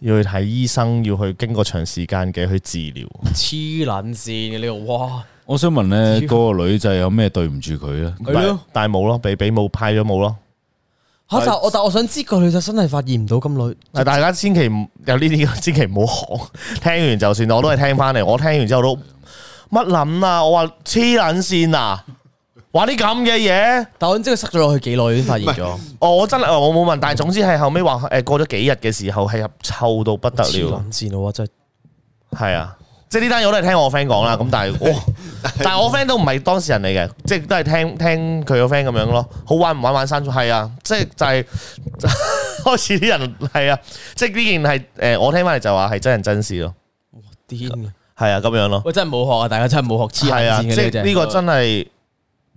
A: 要去睇醫生，要去經過長時間嘅去治療。
D: 黐撚線嘅呢個，哇！
C: 我想問咧，嗰個女仔有咩對唔住佢咧？
D: 係咯
A: 但係冇咯，俾俾冇派咗冇咯。
D: 嚇！但係我但係我想知個女仔真係發現唔到咁女，
A: 但係大家千祈唔有呢啲， 千祈唔好學。聽完就算，我都係聽翻嚟。我聽完之後都乜諗啊？我話黐撚線啊！哇！啲咁嘅嘢，
D: 但我唔知佢塞咗落去幾耐已經發現咗，
A: 哦，我真係哦我冇問，但係總之係後尾話誒過咗幾日嘅時候係入臭到不得
D: 黐
A: 了，
D: 撚線咯，真係
A: 係啊，即係呢單嘢我都係聽我 friend 講啦，咁但係 哇，但係我 friend 都唔係當事人嚟嘅，即係都係聽聽佢個 friend 咁樣咯，好玩唔玩玩山竹係啊，即係就係 開始啲人係啊，即係呢件係誒我聽翻嚟就話係真人真事咯，
D: 癲嘅。
A: 係啊咁樣咯，
D: 喂，真係冇學啊！大家真係冇學黐
A: 係啊，
D: 線
A: 即
D: 嘅
A: 係呢個真係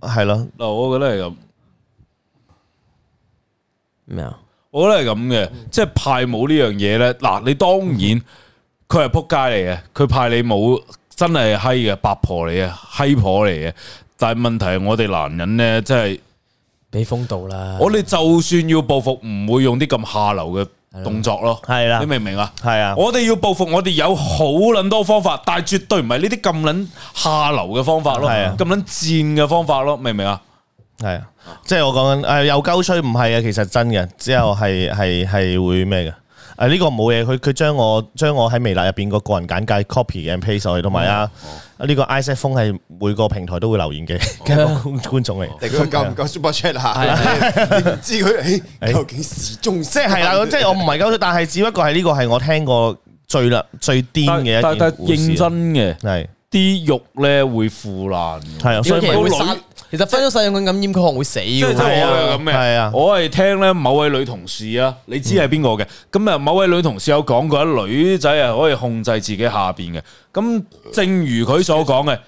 A: 係咯，
C: 嗱，我覺得係咁，
D: 咩啊？
C: 我覺得係咁嘅，即係派冇呢樣嘢咧。嗱，你當然佢係撲街嚟嘅，佢派你冇真係閪嘅，八婆嚟嘅，閪婆嚟嘅。但係問題係我哋男人咧，即係
D: 俾風度啦！
C: 我哋就算要報復，唔會用啲咁下流嘅動作咯。
A: 係啦
C: 你明唔明啊？
A: 係啊，
C: 我哋要報復，我哋有好撚多方法，但係絕對唔係呢啲咁撚下流嘅方法咯，
A: 係啊
C: 咁撚賤嘅方法咯，明唔明啊？
A: 係啊，即係我講緊誒有鳩吹唔係啊，其實真嘅，之後係係係會咩嘅？誒呢個冇嘢，佢佢將我將我喺微辣入邊個個人簡介 copy and paste 落去，同埋啊呢個 Isaac 風係每個平台都會留言嘅嘅一個 觀觀眾嚟，
B: 你佢夠唔夠 super chat 下？你唔知佢誒究竟時鐘
A: 即係係 啦，即係我唔係鳩吹，但係只不過係呢個係我聽過最啦最癲
C: 但
A: 嘅
C: 但
A: 一
C: 但
A: 件啊
C: 係認真嘅，
A: 係
C: 啲肉咧會腐爛嘅。
A: 係啊，所
D: 所
A: 以
D: 以
A: 咪
D: 其實會
C: 咪
D: 殺，其實分咗細菌感染，佢可能會死
C: 即係
D: 嘅
C: 即
D: 喎。
C: 係
A: 啊
C: 我係咁嘅，
A: 係啊
C: 我係聽咧某位女同事啊，你知係邊個嘅？咁啊，某位女同事有講過，女仔係可以控制自己下邊嘅。咁正如佢所講嘅，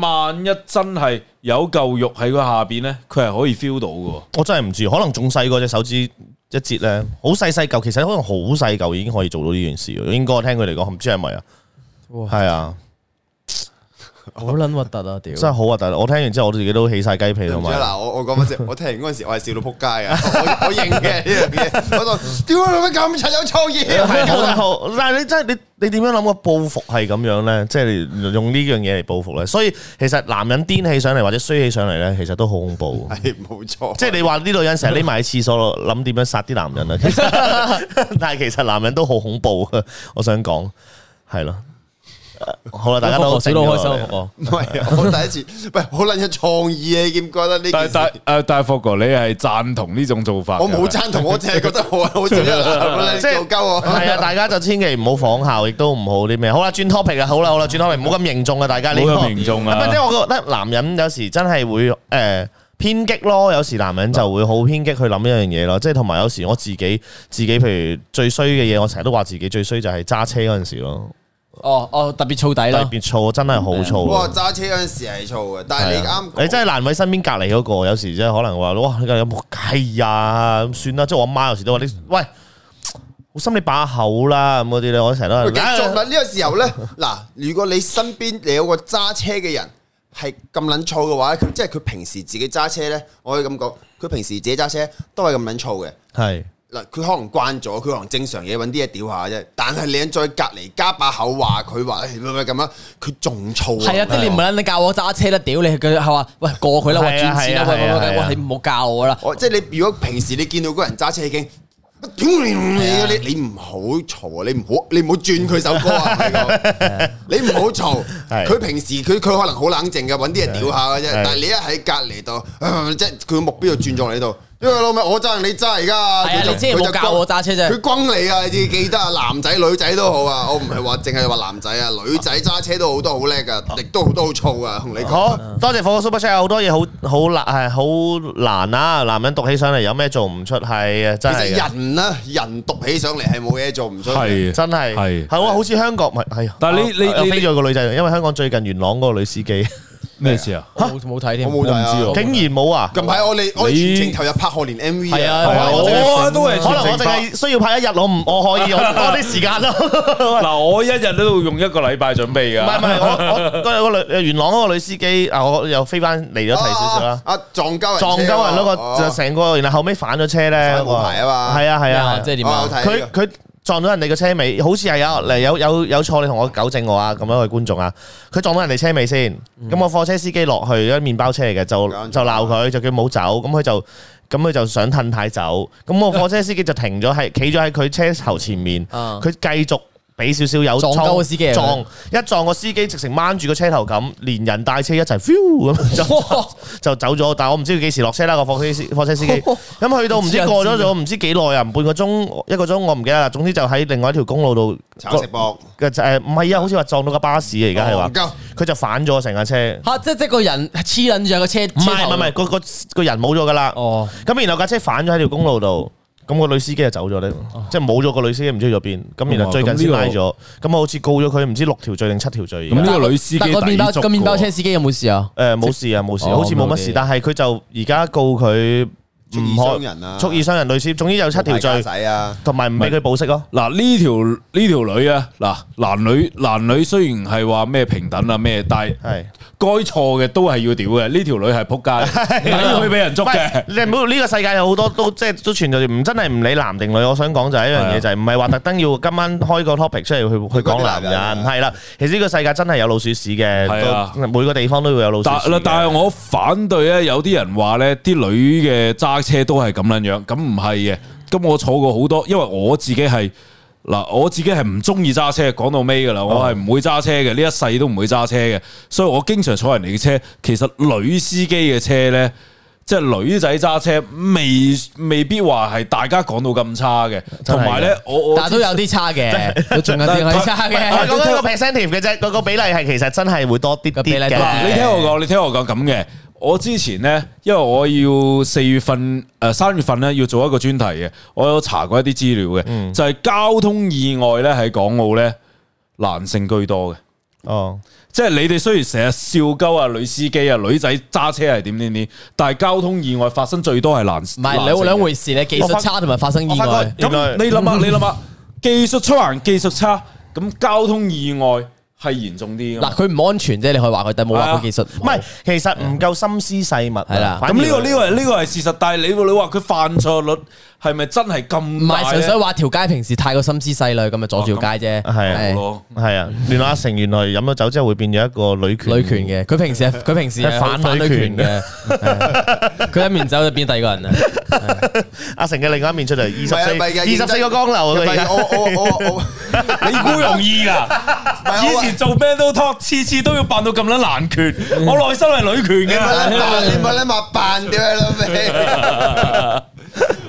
C: 萬一真係有嚿肉喺佢下邊咧，佢係可以 feel 到嘅喎。
A: 我真係唔知，可能仲細過隻手指一截咧，好細細嚿，其實可能好細嚿已經可以做到呢件事喎，應該我聽佢哋講，唔知係咪啊？
D: 哇
A: 係啊。
D: 好撚核突啊！屌，
A: 真係好核突！我聽完之後，我自己都起晒雞皮
B: 唔
A: 同
B: 知啊
A: 埋，
B: 嗱，我我講 翻先，我聽完嗰陣時，我係笑到撲街啊！我我認嘅呢樣嘢，我就屌你乜咁柒有錯嘢，
A: 好好啊但係你真係你你點樣諗個報復係咁樣咧？即係用呢樣嘢嚟報復咧。所以其實男人癲起上嚟或者衰起上嚟咧，其實都好恐怖。
B: 係冇錯。啊
A: 即係你話呢女人成日匿埋喺廁所度諗點樣殺啲男人啊，其實但係其實男人都好恐怖啊！我想講係咯，好啦，大家都
D: 小佬開心啊！我
B: 唔係啊，我第一次，喂，好撚有創意啊！你見唔覺得呢
C: 但
B: 件
C: 但
B: 事？
C: 誒，但係霍哥，你係贊同呢種做法嘅？
B: 我冇贊同，我淨係覺得好 好笑啊！
A: 即
B: 即
A: 係
B: 係做鳩我，
A: 係啊，大家就千祈唔好仿效，亦都唔好啲咩。好啦，轉 topic 啊，好啦好啦，轉 topic，唔好咁凝重啊，大家呢
C: 冇
A: 個
C: 咁。凝重
A: 咁啊，即
C: 啊！
A: 係我覺得男人有時真係會誒、呃偏激咯，有時男人就會好偏激去諗一樣嘢咯，即係同埋有時我自己自己譬如最衰嘅嘢，我成日都話自己最衰就係揸車嗰陣時咯，
D: 哦哦，特別燥底
A: 特
D: 啦，
A: 別燥，真係好燥
B: 哇！
A: 啊。
B: 揸車嗰陣時係燥嘅，但係
A: 係
B: 你
A: 啊
B: 啱講
A: 你真係難為身邊隔離嗰個，有時真係可能話哇，你有冇計啊？咁算啦，即係我媽有時都話你喂，好心你把口啦咁嗰啲咧，我成日都
B: 喂，繼續
A: 係
B: 啦！呢個時候咧，嗱，如果你身邊你有個揸車嘅人係咁撚燥嘅話，佢即係佢平時自己揸車咧，我可以咁講，佢平時自己揸車都係咁撚燥嘅。
A: 係
B: 嗱，佢可能慣咗，佢可能正常嘢揾啲嘢屌下啫。但係你再隔離加把口話佢話，誒乜乜咁樣，佢仲燥
D: 係啊！即係你唔撚你教我揸車啦，屌你佢係話喂過佢啦，
A: 係
D: 我
A: 啊
D: 轉線
A: 係
D: 啦，
A: 啊
D: 喂喂
A: 係啊
D: 喂
A: 係啊
D: 喂，你唔好教我啦！
B: 我即係你，如果平時你見到嗰人揸車已經，
A: 啊
B: 屌你啊你你你唔好嘈啊！你唔好你唔好轉佢首歌 啊！係咪你唔好嘈。
A: 係
B: 佢平時佢佢可能好冷靜嘅，揾啲嘢屌下嘅啫。
A: 係
B: 但係你一喺隔離度， 呃即係佢個目標就轉咗你度。因為老味我揸定你揸而家，
D: 係啊
B: 佢就
D: 你之前冇
B: 佢就
D: 教我揸車啫
B: 佢轟你啊！你記得啊，男仔女仔都好啊，我唔係話淨係話男仔啊，女仔揸車都好多好叻噶，亦都好多好燥啊，同你講。
A: 好多謝火哥 Super Chat，有好多嘢好好難係好難啊！男人讀起上嚟有咩做唔出係啊
B: 其
A: 真
B: 實
A: 係嘅
B: 人咧，人讀起上嚟係冇嘢做唔出嘅。
C: 係
A: 真係
C: 係
A: 係啊！好似香港咪係，
C: 但係你你
A: 我我
C: 你
A: 飛咗個女仔，因為香港最近元朗嗰個女司機
C: 咩事啊？
D: 我冇冇睇添，
B: 我冇睇
C: 我
B: 啊
C: 唔知
A: 竟
C: 喎。
A: 然冇啊！
B: 近排我哋我
C: 你
B: 哋全程投入拍賀年 M V
D: 係啊
A: 係啊
C: 我都係
A: 可能我淨係需要拍一日，我唔我 可以，我多啲時間咯。
C: 嗱，我一日都要用一個禮拜準備
B: 啊
A: 唔係
C: 㗎。
A: 唔係，我我嗰個女元朗嗰個女司機啊，我又飛翻嚟咗提少少啦。
B: 啊撞鳩人車
A: 撞鳩人嗰
B: 哦
A: 個就成個，然後後尾反咗車咧，
B: 反冇牌啊嘛
A: 係啊係
D: 啊
A: 啊，
D: 即係點
B: 哦
D: 啊
B: 我？ 睇
A: 佢佢撞到人哋嘅車尾，好似係有啊嚟有有有錯，你同我糾正我啊，咁樣嘅觀眾啊，佢撞到人哋車尾先，
D: 嗯
A: 咁個貨車司機落去，因為麵包車嚟嘅，就
B: 嗯
A: 就鬧佢，就叫冇走，咁佢就。咁佢就想褪太走，咁個貨車司機就停咗喺企咗喺佢車頭前面，
D: 啊
A: 佢繼續俾少少有
D: 撞鳩個司機啊
A: 撞一撞個司機直成掹住個車頭咁，連人帶車一齊 feel 咁 就就走咗。但係我唔知佢幾時落車啦個貨車司貨車司機。咁去到唔知過咗咗唔知幾耐啊，唔半個鐘一個鐘我唔記得啦。總之就喺另外一條公路度
B: 炒食博，
A: 嘅誒唔係啊，好似話撞到個巴士啊，而家係
B: 戇鳩
A: 話佢就反咗成架車。
D: 吓，即即個人黐撚住個車，
A: 唔係唔係唔係，個個個人冇咗噶啦。
D: 哦，
A: 咁然後架車反咗喺條公路度，咁個女司機就走咗咧，即係冇咗個女司機唔知去咗邊。咁然後最近先拉咗，咁好似告咗佢唔知六條罪定七條罪而
C: 咁
A: 家。
C: 呢個女司機
D: 但個麵包
C: 抵觸
D: 個麵包
C: 嘅喎
D: 車司機有冇事啊？
A: 誒冇事啊冇事，
D: 哦
A: 好似冇乜事，
D: 咁
A: 但係佢就而家告佢唔
B: 蓄意
A: 可
B: 傷人啊
A: 蓄意傷人類似，總之有七條罪，
B: 仔啊，
A: 同埋唔俾佢保釋咯。
C: 嗱呢條呢條女啊，嗱男女男女雖然係話咩平等啊咩，但 係
A: 係。
C: 該錯嘅都係要屌嘅。呢條女係仆 街，
A: 係
C: 要去俾人捉嘅。
A: 你唔好呢個世界有好多都即係都存在住唔真係唔理男定女。我想講就係一樣
C: 係啊
A: 嘢，就係唔係話特登要今晚開個 topic 出嚟去去講男
B: 嗰啲男
A: 人
B: 人
A: 係啦。其實呢個世界真係有老鼠屎
C: 係啊
A: 嘅，都每個地方都會有老鼠
C: 但
A: 屎嘅。
C: 但係我反對咧，有啲人話咧，啲女嘅揸車都係咁樣樣，咁唔係嘅。咁我坐過好多，因為我自己係嗱，我自己係唔中意揸車，講到尾
A: 哦
C: 噶啦，我係唔會揸車嘅，呢一世都唔會揸車嘅，所以我經常坐人哋嘅車。其實女司機嘅車咧。即係女仔揸車，未未必話係大家講到咁差嘅，
A: 真係嘅
C: 同埋咧，我我
D: 但係都有啲差嘅，都仲有啲係差
A: 我
D: 嘅。
A: 講緊個 percentage 嘅啫，嗰個比例係其實真係會多啲
D: 個比
A: 啲
D: 例
A: 嘅
D: 多。
C: 嗱， 你聽我講，你聽我講咁嘅。我之前呢，因為我要四月份、誒三月份呢，要做一個專題嘅，我有查過一啲資料嘅，就係交通意外呢，喺港澳呢，男性居多嘅。
A: 哦，
C: 即係你哋雖然成日笑鳩啊女司機啊女仔揸車係點點點，但係交通意外發生最多係男。唔
D: 唔係兩兩。回事，你技術差同埋發生
A: 我
D: 意
A: 發覺
D: 外。
A: 原
C: 咁
A: 來
C: 你諗下，你諗下，技術出行技術差，咁交通意外係嚴重啲㗎嘛。
D: 嗱，佢唔安全啫，你可以話佢，但冇話佢技術
A: 唔係，其實唔夠心思細密啊。
D: 係啦
A: 反
C: 咁
A: 而
C: 呢個呢個係呢個係事實，但係你你話佢犯錯率係咪真係
D: 唔
C: 咁
D: 係
C: 大
D: 純粹
C: 咧？
D: 話條街平時太過心思細哦慮，咁咪啊阻住條街啫。
A: 係啊
D: 係
C: 咯，
A: 係啊，原來阿成原來飲咗酒之後會變咗一個女權
D: 女權嘅，佢平時係佢平時係
A: 係反
D: 反
A: 女
D: 女
A: 權
D: 權 嘅，係佢飲完酒就變第二個 人啦。
A: 阿成嘅另外一面出嚟，二十
B: 唔係啊唔係嘅認
A: 四二
B: 真
A: 十四個光流啊！
B: 唔
A: 佢而家
B: 係我我 我我，
C: 你估容易 噶？以前做咩都 talk，次次都要扮到咁撚難權，我內心嗯係啊女權嘅。
B: 你唔好 諗埋扮屌你老味。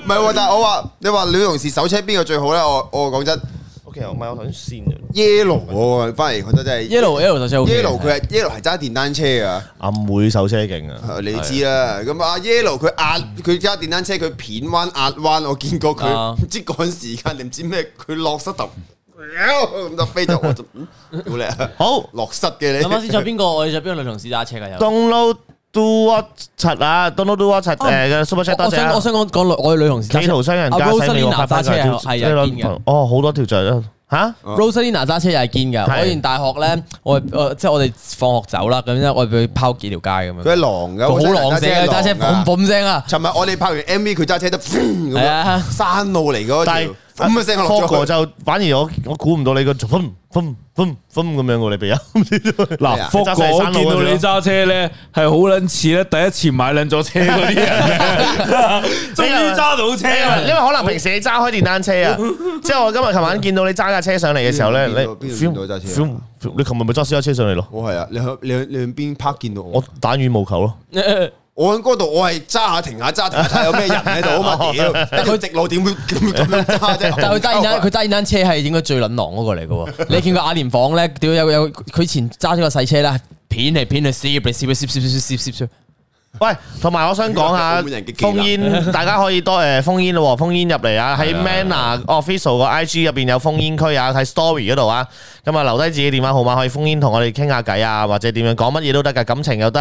B: 唔係喎，但係我話你話女同事手車邊個最好咧？我我講真
A: ，OK，唔係我頭先線咗。
B: ，yellow 喎，翻嚟覺得真係
D: yellow yellow 就真係 OK 嘅
B: yellow 佢係 yellow 係揸電單車噶。
A: 阿妹手車勁啊！
B: 啊你知啦，咁啊 Yellow 佢壓佢揸電單車，佢片彎壓彎，我見過
D: 啊
B: 佢唔知趕時間定唔知咩，佢落膝頭咁就飛咗，我就嗯好叻啊！
A: 好
B: 落膝嘅
D: 諗下先，
B: 你，
D: 仲有邊個？我哋仲有邊個女同事揸車㗎？有。
A: ，download do what 柒啊，download do what 柒誒嘅 super chat 多
D: 我
A: 謝
D: 想我
A: 啊！
D: 想講講女我哋女同事揸車
A: 企圖傷人
D: 啊
A: 家使美國發
D: Rosalina 揸
A: 翻
D: 車
A: 架
D: 係係啊有堅嘅。
A: 哦，好多條罪啦嚇！
D: Rosalina 揸車啊又係堅㗎。
A: 係
D: 我以前大學咧，我我即係我哋放學走啦，咁樣我哋俾佢拋幾條街咁樣。
B: 佢係狼噶，
D: 佢好狼死啊！揸車
B: 㗎
D: 嘣。嘣聲 啊！
B: 尋日我哋拍完 MV，佢揸 車得咁
D: 係啊
B: 樣山路嚟嗰
A: 但係
B: 條，咁嘅聲我落
A: 哥
B: 咗去。
A: 就反而我我估唔到你個 boom boom boom boom 咁樣喎，你鼻音唔知道
C: 嗱，福哥，我見到你揸車咧，係好撚似咧第一次買撚咗車嗰啲人， 終於揸到車
A: 因為
C: 啦。
A: 可能平時你揸開電單車 啊，之後我今日琴晚見到你揸架車上嚟嘅時候 咧，你
B: 邊度邊度邊度揸車啊
A: feel- feel- 你琴日咪揸私家車上嚟咯？
B: 我係啊，你向你向你向邊 park 見到
A: 我
B: 我？
A: 打羽毛球咯。
B: 我喺嗰度，我係揸下停下揸停下，睇下有咩人喺 度啊嘛！屌，得佢直路點會咁咁樣揸啫？
D: 但係佢揸電單，佢揸電單車係應該最撚狼嗰個嚟嘅 喎。你見過阿連房咧？屌有有，佢以前揸咗個細車啦，片嚟片去，攝嚟攝去，攝攝攝攝攝攝。
A: 喂，同埋我想 講下
B: 呢個係澳門人嘅技能
A: 封煙，大家可以多誒封煙咯喎，封煙入嚟啊！喺 Manner Official 個 IG 入邊有封煙區啊，喺 Story 嗰度啊，咁啊留低自己電話號碼可以封煙，同我哋傾下偈啊，或者點樣講乜嘢都得㗎，感情又得，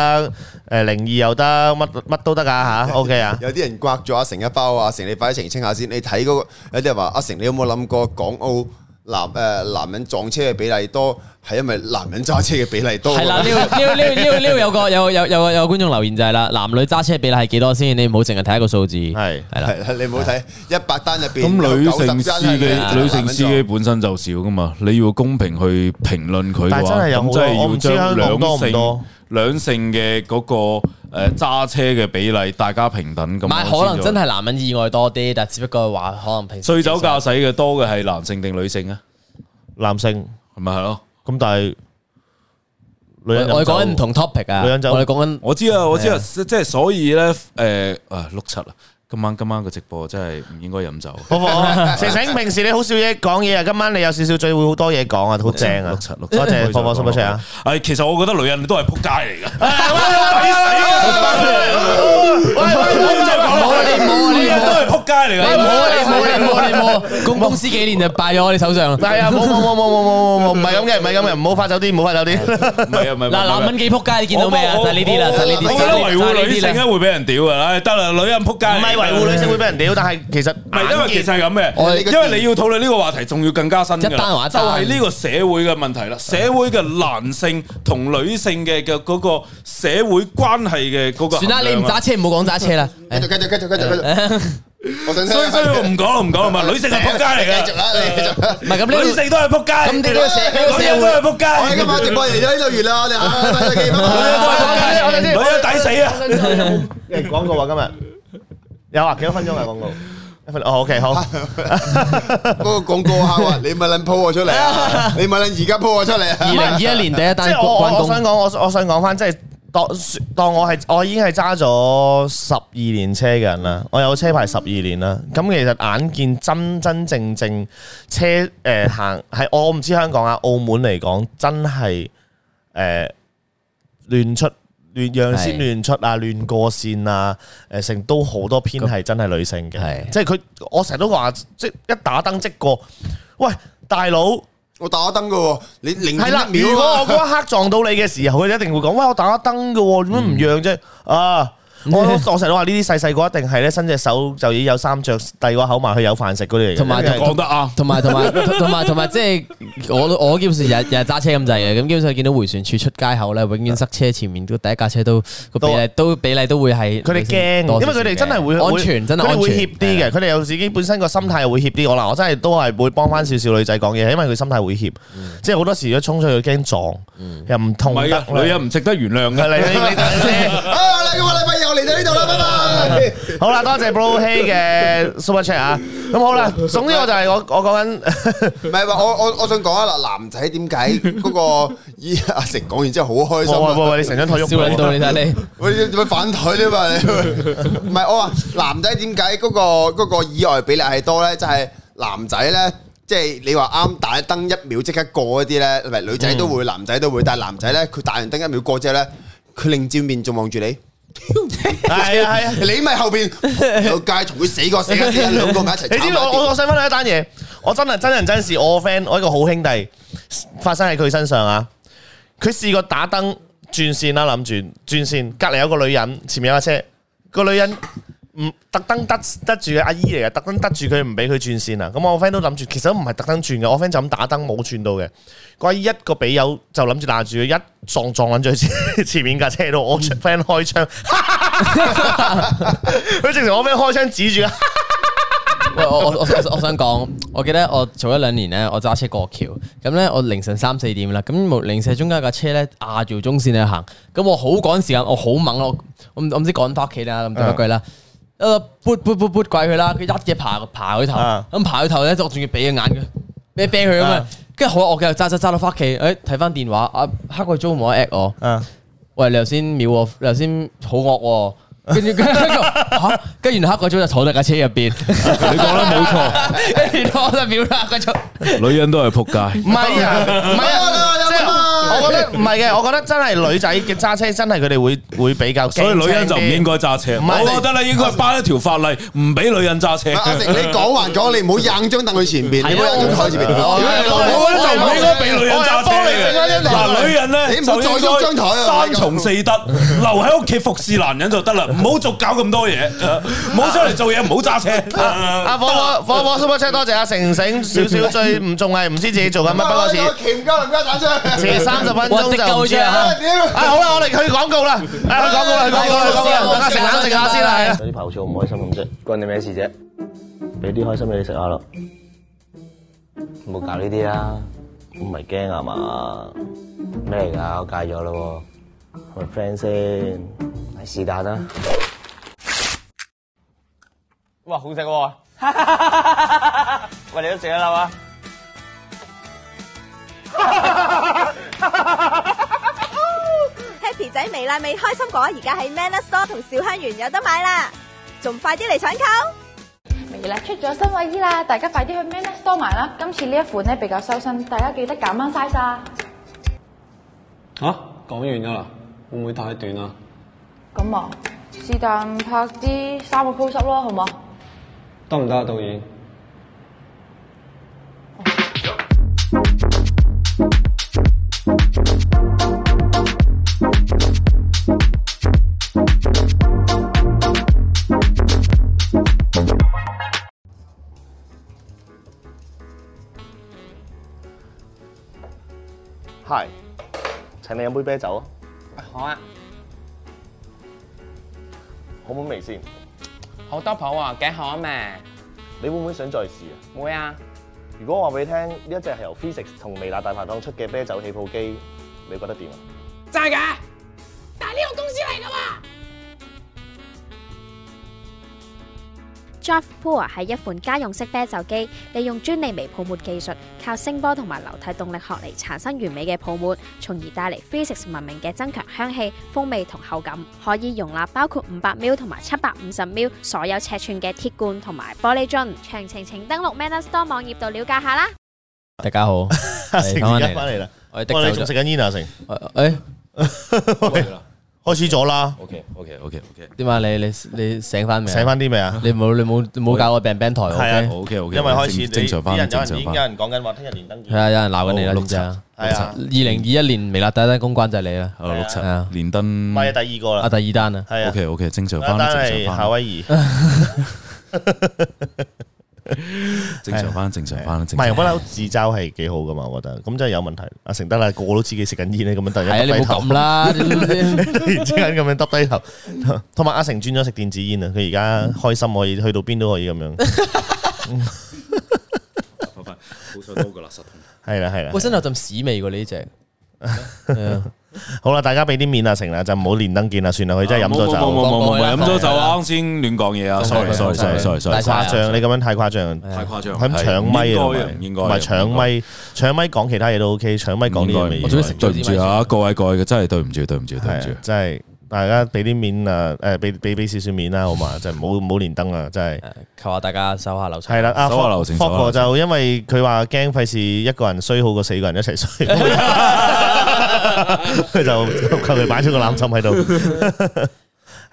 A: 誒靈異又得，乜乜都得㗎吓 o k 啊，
B: 有啲人刮咗阿成一包啊，阿成你快啲澄清下先。你睇嗰、個有啲人話阿成，你有冇諗過港澳男誒、呃男人撞車嘅比例多，係因為男人揸車嘅比例多？
D: 係 啦，呢度呢度呢度呢度 呢度有個有有有有個觀眾留言就係啦，男女揸車比例係幾多先？你唔好淨係睇一個數字。
A: 係
D: 係啦
B: 係，啦，你唔好睇一百單入邊，
C: 咁女
B: 有90
C: 性司
B: 單
C: 機，
B: 係
C: 女性司機
B: 男人
C: 本身就少噶嘛，你要公平去評論佢
A: 但
C: 嘅
A: 係真
C: 話，
A: 係有好
C: 咁
A: 多
C: 真係
A: 我
C: 要
A: 唔知香港
C: 將
A: 多
C: 兩
A: 唔多
C: 性兩性嘅嗰個誒揸車嘅比例，大家平等咁
D: 唔
C: 樣
D: 係
C: 先
D: 可能
C: 做
D: 真係男人意外多啲，但只不過話可能平時
C: 醉酒駕駛嘅多嘅係男性定女性啊？
A: 男性，
C: 系咪系咯？
A: 咁但係女人飲酒
D: 我哋講緊唔同 topic 啊，
A: 女人酒
D: 我哋講緊
C: 我知啊，我知
D: 係
C: 啊，
D: 啊
C: 即即係所以咧，诶啊碌柒啊！今晚今晚個直播真係唔應該飲酒，
A: 婆婆，成成平時你好少嘢講嘢啊，今晚你有少少聚會，好多嘢講啊，好正啊！
C: 碌柒碌柒
A: 多謝婆婆 super chat 啊！！
C: 係其實我覺得女人都係扑街 嚟㗎。女人都係扑街嚟
D: 你唔好
C: 㗎。
D: 啊！你唔好啊！你唔好啊！你唔好啊！公公司幾年就敗咗我哋手上。嗱，
A: 係啊，冇冇冇冇冇冇冇冇，唔係咁嘅，唔係咁嘅，唔好發酒癲，唔好發酒癲。
C: 唔係啊，唔係
D: 男人幾撲街，你見到未啊？就係呢啲啦，就係呢啲。
C: 我覺得維護女性咧會俾人屌㗎，唉得啦，女人扑街
A: 唔
C: 嚟
A: 係
C: 㗎，
A: 維護女性會俾人屌，但係其實
C: 唔係，因為其實係咁
B: 我哋
C: 嘅，因為你要討論呢個話題，仲要更加新㗎啦
D: 一單話一
C: 就
D: 單
C: 係呢個社會嘅問題啦。社會嘅男性同女性嘅嘅嗰個社會關係嘅嗰個衡
D: 算
C: 量啊。
D: 啦，你唔揸車唔好講揸車啦。
B: 繼續繼續繼續繼續繼續，我想聽
C: 所以所以 我唔講啦，唔講啦 嘛。女性係仆街嚟
B: 繼續
C: 㗎，
B: 啦，你繼續啦。
D: 唔係咁呢
C: 女
D: 個
C: 性都係仆街，
D: 咁呢個社呢個
C: 女人都係
D: 社
C: 仆
B: 我哋
C: 街，
B: 今晚直播嚟到呢度完啦，我 哋下個禮拜再見，拜拜。
C: 女人抵死啊！
A: 人廣告啊，今日有啊，幾多分鐘啊廣告？一分哦，OK 好，
B: 嗰個廣告客話：你咪撚 po 我出嚟 啊！你咪撚而家 po 我出嚟
D: 二
B: 啊！
D: 零二一年第一
A: 即
D: 單
A: 係我
D: 關
A: 我我
D: 公
A: 想。講，我我想講翻，即係當當我係我已經係揸咗十二年車嘅人啦，我有車
D: 嗯
A: 牌十二年啦。咁其實眼見真真正正車誒、呃行係我唔知香港啊，澳門嚟講真係誒、呃、亂出。亂讓先
D: 係
A: 亂出啊，亂過線啊，誒成都好多偏係真係女性嘅，
D: 係
A: 即係佢我成日都話，即一打燈即過，喂大佬。
B: 我打燈嘅喎，你零
A: 系啦，
B: 點一
A: 如
B: 秒
A: 果
B: 啊
A: 我！嗰一刻撞到你嘅時候，佢一定會講：，喂，我打燈嘅喎，點解唔讓啫？啊！我我成日都話呢啲細細個一定係咧，伸隻手就已經有衫着，遞個口埋去有飯食嗰啲嚟嘅。
D: 同埋
A: 因為
C: 講得啱。
D: 同埋同埋同埋同埋，即係我都我基本上日日揸車咁滯嘅，咁基本上見到迴旋處出街口咧，永遠塞車，前面都第一架車都個比例都比例都會係
A: 佢哋驚，因為佢哋真係會
D: 安全，真係
A: 佢哋
D: 安
A: 會
D: 全
A: 怯啲嘅。佢哋有自己本身個心態會怯啲。我嗱，我真係都係會幫翻少少女仔講嘢，因為佢心態會怯，即係好多時如果衝出去驚撞，又唔
C: 唔
A: 痛得
C: 係啊，女
A: 咧。
C: 人唔值得原諒
A: 係
C: 㗎。
A: 你你你等先。
B: 啊！嚟個禮拜日我嚟到呢度啦，拜拜。
A: 好啦，多謝 Bro Hey 嘅 Super Chat 啊！咁好 啦，總之我就係我我講緊。
B: 唔係話我我我想講啊嗱，男仔點解嗰個依阿成講完之後好開心
A: 喂
B: 啊？
A: 喂喂，你成張台喐
D: 笑撚到你睇你。
B: 喂，你做乜反台啫嘛？你唔係我話男仔點解嗰個嗰個意外比例係多咧？就係男仔咧。即係你話啱打燈一秒即刻過嗰啲咧，唔係女仔都會，男仔都會，但係男仔咧，佢打完燈一秒過之後咧，佢擰照面仲望住你，
A: 係啊係啊！
B: 你咪後邊有街同佢死過死過死過，兩個埋一齊
A: 你知唔
B: 慘
A: 知我我
B: 啊！
A: 我想分享一單嘢，我真係真人真事，我 friend 我一個好兄弟發生喺佢身上啊！佢試過打燈轉線啦，諗住轉線，隔離有個女人，前面有架車，個女人。唔特登得得住嘅阿姨嚟嘅，特登得住佢唔俾佢轉線啊！咁我 friend 都諗住，其實都唔係特登轉嘅，我 friend 就咁打燈冇轉到嘅。個阿姨一個俾友就諗住攔住佢，一撞撞撚咗佢前 前面架車度，我
B: 嗯
A: friend 開槍， 佢直情我 friend 開槍指住，
D: 喂，我我我我我想講，我記得我早一兩年咧，我揸車過橋，咁咧我凌晨三四點啦，咁無零舍中間有架車咧壓住中線去行，咁我好趕時間，我好猛咯，我唔我唔知趕翻屋企啦，咁對一句啦。一個撥撥撥撥怪佢啦，佢一嘢爬爬佢頭，
A: 啊
D: 咁爬佢頭咧，我仲要俾佢眼佢，啤啤佢咁啊
A: 啊，
D: 跟住好啦我繼續揸揸揸到翻屋企，誒睇翻電話，啊黑鬼租冇得 at 我，
A: 啊
D: 喂，你頭先秒我，你頭先好惡喎，跟住跟住嚇，跟住然後黑鬼租就坐喺架車入邊。
C: 你講得冇錯，
D: 跟住我就秒啦嗰種。
C: 女人都係仆街。
A: 唔係啊，唔係啊，即係我覺得唔係嘅，我覺得真係女仔嘅揸車真係佢哋會會比較驚青啲，
C: 所以女人就唔應該揸車。
A: 唔係
C: 我覺得咧應該頒一條法例，唔俾女人揸車。
B: 阿成，你講還講，你唔好硬張凳佢前邊，你唔好硬張台前邊。
C: 我覺得就唔應該俾女人揸車嘅。嗱，女人咧
B: 你唔好
C: 就
B: 再喐張
C: 應該
B: 台啊
C: 三從四德，留喺屋企服侍男人就得啦，唔好續搞咁多嘢，唔好出嚟做嘢，唔好揸車。
A: 阿火火火火 super chat 多謝阿成成少少 最唔仲係唔知自己做緊乜，不過遲
B: 鉗交林家打出
A: 遲三十分鐘就唔知啦。啊好啦，我哋去廣告啦，啊去廣告啦，去廣告啦，去廣告啦，等阿成冷靜下先啦，係啦。
F: 有啲刨醋唔開心咁啫，關你咩事啫？俾啲開心嘢你食下咯，冇搞呢啲啦，唔係驚啊嘛？咩嚟㗎？我戒咗咯喎，係咪 friend 先？係是但啦。
E: 哇，好食喎！喂，你都食啦嘛？
G: Happy 仔微辣味開心果而家喺 Manner Store 同小香園有得買啦，仲快啲嚟搶購！
H: 微辣出咗新衞衣啦，大家快啲去 m a n s Store 買啦！今次呢一款咧比較修身，大家記得減翻 size 啊！
I: 吓、講完㗎啦，會唔會太短啊？
H: 咁啊，是但拍啲三個 pose 咯，好唔好？
I: 得唔得啊，導演？
A: Hi，請你飲杯啤酒啊！
J: 好啊，
A: 好唔好味先？
J: 好多泡喎，幾好啊咩？
A: 你會唔會想再試啊？
J: 會啊，
A: 如果我話俾你聽，呢一隻係由 Physics 同微辣大排檔出嘅啤酒起泡機，你覺得點啊？
J: 真係㗎？但係呢個公司嚟㗎嘛？
K: Draft Pour 係一款家用式啤酒機，利用專利微泡沫技術，靠聲波同埋流體動力學嚟產生完美嘅泡沫，從而帶嚟 Physics 文明嘅增強香氣、風味同口感。可以容納包括五百 ml 同埋七百五十 ml 所有尺寸嘅鐵罐同埋玻璃樽。詳情請登錄 Manner Store 網頁度了解下啦。
D: 大家好，
A: 阿成而
D: 我
A: 家
D: 哋
A: 翻嚟啦，
D: 我哋滴
A: 哇！你
D: 走
A: 仲食
D: 咗，
A: 緊煙啊？阿成，
D: 誒
A: 開始咗啦，
C: OK OK OK OK
D: 點啊？你你你醒翻未啊？
A: 醒翻啲未啊？
D: 你冇你冇你冇教我病 band 台
A: 係啊
C: OK
D: OK？
C: OK，
A: 因為開始你
C: 正常
A: 啲
C: 翻，
A: 人有
C: 正
A: 人已
C: 常
A: 經有
C: 翻。
A: 人講緊話，聽日連登
D: 係啊，有人鬧緊你啦，知唔知啊？
A: 係啊，
D: 二零二一年微辣第一單公關就係你啦，
C: 好六七
D: 係啊
C: 連登
A: 唔。係啊，第二個
D: 啊
A: 啦，
D: 第二單啊，
A: 係啊
C: OK OK，正常
A: 單
C: 翻，
A: 係
C: 正常
A: 夏
C: 翻，
A: 威夷，
C: 正常翻，正常翻，
A: 唔
C: 正
A: 係
C: 常
A: 不
C: 返。
A: 嬲自嘲係幾好噶嘛，我覺得咁真係有問題。阿成得啦，個個都知己食緊煙咧，咁樣突
D: 係啊，
A: 然
D: 你
A: 間耷低
D: 冇
A: 頭
D: 咁 啦，
A: 突然之間咁樣耷低頭，同埋阿成轉咗食電子煙啊，佢而家開心可以去到邊都可以咁樣，
C: 拜拜，好彩多噶啦，失控。
A: 係啦係啦
D: 本。身有陣屎味喎呢只，
A: 好啦，大家俾啲面啊阿成啦，就唔好連登見啊啦，算啦，佢真係飲咗
C: 啊冇冇
A: 酒，
C: 冇冇冇冇，飲咗酒啱先亂講嘢啊！sorry sorry sorry sorry
A: 太
C: sorry，
A: 誇張，你咁樣太誇張，
C: 太誇張，
A: 咁搶咪啊，
C: 啊，唔應該
A: 同
C: 啊
A: 埋搶，咪，搶咪講其他嘢都 OK，搶咪講呢樣
C: 唔
A: 嘢
C: 應該
D: 我。仲要食
C: 對唔住啊，各位各位嘅真係對唔住，對唔住，對唔
A: 係
C: 住
A: 啊，。真係大家俾啲面啊，誒俾俾俾少少面啦，好嘛？ 就唔好唔好連登啦，真係。
D: 求下大家手下留情。
A: 係啦，阿
C: 手下留情
A: f
C: 手下
A: o
C: 留
A: g
C: 情
A: 就因為佢話驚費事一個人衰好過四個人一齊 衰， 佢就求其擺咗個攬枕喺度。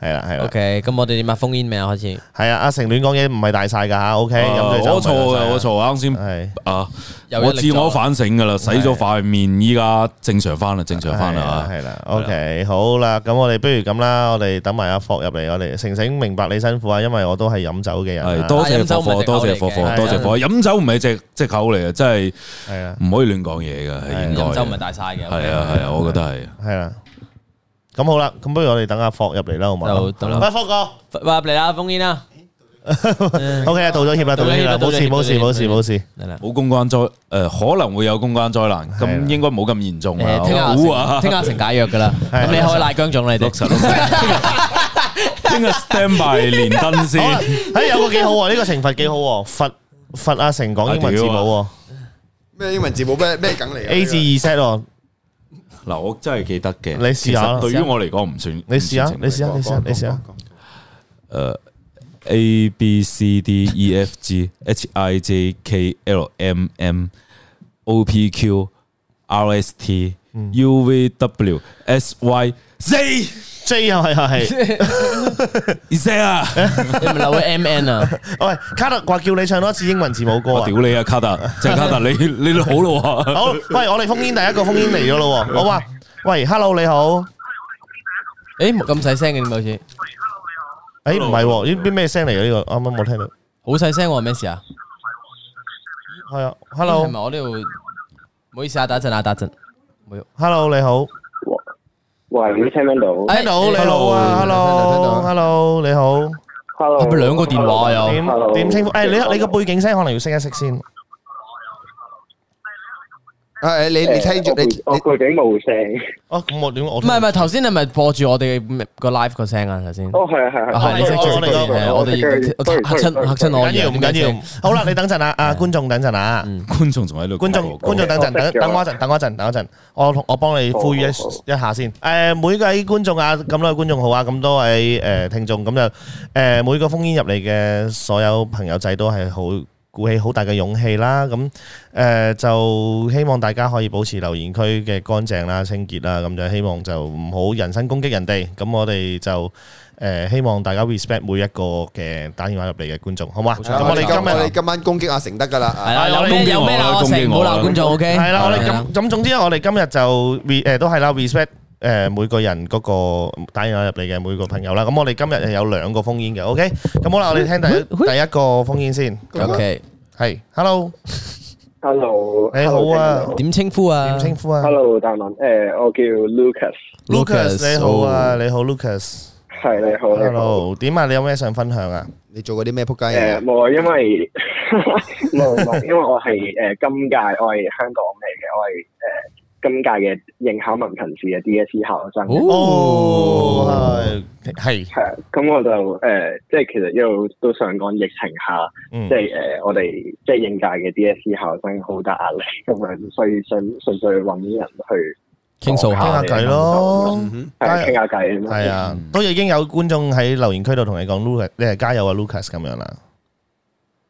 A: 係啦，係啦，
D: OK，咁我哋點啊？封煙未啊？開始
A: 係啊！阿成亂講嘢唔係啊大晒㗎吓，OK，飲醉酒
C: 啊我錯
A: 唔係大
C: 嘅，
A: 晒
C: 我錯啊啱先
A: 係
C: 啊！
D: 又
C: 我
D: 一力
C: 自我
D: 咗
C: 反省噶啦，洗咗塊面，依家正常翻啦，正常翻啦啊！
A: 係啦，OK，好啦，咁我哋不如咁啦，我哋等埋阿霍入嚟，我哋成成明白你辛苦啊，因為我都係飲酒嘅人啊，
C: 係多謝
D: 啊飲酒
C: 火
D: 唔
C: 火，
D: 係藉口
C: 多
D: 嚟
C: 謝
D: 嘅
C: 火火，
A: 係
C: 多謝火火。飲酒唔係隻隻口嚟嘅，真係
A: 係啊啦，
C: 唔可以亂講嘢嘅，係應該嘅。
D: 飲酒唔係大晒嘅，
C: 係啊係啊，我覺得係。
A: 係啦。咁好啦，咁不如我哋等阿霍入嚟啦，好嘛？
D: 就等啦
A: 喂，霍哥。
D: 得。入嚟啦，封煙啦，
A: O K，道咗歉啦，道咗歉啦，
D: 道
A: 冇
D: 咗
A: 事
D: 歉
A: 冇事冇
D: 道咗
A: 事
D: 歉
A: 冇事，
D: 嚟啦。
C: 冇公關災，誒、可能會有公關災難，
A: 啊
C: 咁應該冇咁嚴重啊！
D: 誒，聽
C: 我估啊
D: 下，聽下成解約噶啦。咁你可以賴姜總啦，你
C: 六
D: 哋
C: 十六十 聽日 stand by 連登先，
A: 好啦，哎有個幾好喎，呢個懲罰幾好喎，罰罰阿成講英文字母喎
B: 咩英文字母咩咩梗嚟㗎
A: ，A 至 Z 喎，
C: 嗱，我真係記得嘅。
A: 你試下啦
C: 其實對於我嚟講唔算，
A: 你試下你試下你試下你試下，
C: A B C D E F G H I J K L M M O P Q R S T U V W S Y Z
A: J 又係又 係，
C: Z 啊！
D: 你咪留個 M N 啊，
A: 喂，卡特話叫你唱多次英文字母歌
C: 我
A: 啊
C: 屌。你啊，卡特，鄭卡特，你你都好咯 喎。
A: 好，喂，我哋封煙第一個封煙嚟咗 咯喎，我話喂，hello 你好，
D: 誒冇咁細聲嘅點解好似？
A: 誒唔係喎，呢邊咩聲嚟嘅呢個？啱啱冇聽到，
D: 好細聲喎，咩事啊
A: 係啊
D: 係咪
A: ，hello
D: 我呢度？唔好意思啊，打陣啊，打陣。
A: hello 你好，
F: 喂，你聽唔聽到
D: 哎
A: hello 你好啊，hello hello 你好。
F: ？Hello，
D: 係咪兩個電話啊
A: 點哎
F: Hello
A: 點稱呼？誒，你你個背景聲可能要熄一熄先。
B: 诶，你你听住你
L: 我背景冇聲。
A: 哦，咁我點我
D: 唔係唔係，頭先你咪播住我哋個 live 個聲啊，頭先。
A: Oh
L: 哦，係啊係
D: 啊，
L: 啊
D: 係你識
L: 我
D: 做
L: 我哋
D: 係啊我哋我
L: 我
D: 嚇親嚇親我。
A: 緊要唔緊要？好啦，你等陣啊，啊觀眾等陣啊，
C: 觀眾仲喺度，
A: 觀眾觀眾等陣，等等我一陣，等我一陣，等我一陣，我同我幫你呼籲一一下先。誒，每位觀眾啊，咁多位觀眾好啊，咁多位誒聽眾，咁就誒每個封煙入嚟嘅所有朋友仔都係好。鼓起好大嘅勇氣啦，咁誒、就希望大家可以保持留言區嘅乾淨啦、清潔啦，咁就希望就唔好人身攻擊人哋，咁我哋就誒、希望大家 respect 每一個嘅打電話入嚟嘅觀眾，好嘛？咁我哋今日
B: 我哋今晚攻擊阿成得㗎啦，
D: 係啦，有咩有咩鬧成，唔好鬧觀眾，OK？
A: 係啦，我哋咁咁，總之我哋今日就 re 誒都係啦，respect 誒每個人嗰個打電話入嚟嘅每個朋友啦。咁我哋今日係有兩個封煙嘅，OK？咁好啦，我哋聽第一第一個封煙先。
D: OK
A: 係，Hello，
L: Hello，
A: 你好啊
D: 點稱呼啊？點稱
A: 呼啊
L: ，Hello 大文，誒，我叫 Lucas。
A: Lucas，你好啊，你好 Lucas。
L: 係你好，你好。
A: Hello，點啊？你有咩想分享啊？
B: 你做過啲咩撲
L: 誒，冇啊，因為 冇冇，因為我係誒今屆我係香港嚟嘅，我係誒。今屆嘅應考文憑試嘅 DSE 考生，
A: 哦，係
L: 係啊，咁我就誒、呃即係其實一路都想講疫情下，
A: 嗯
L: 即係誒、呃我哋即係應屆嘅 DSE 考生好大壓力咁樣，所以想純粹揾人去
D: 傾訴
A: 傾下偈咯，
L: 係傾下偈咁樣。
A: 係啊，都已經有觀眾喺留言區度同你講 Lucas，你係加油啊 Lucas 咁樣啦。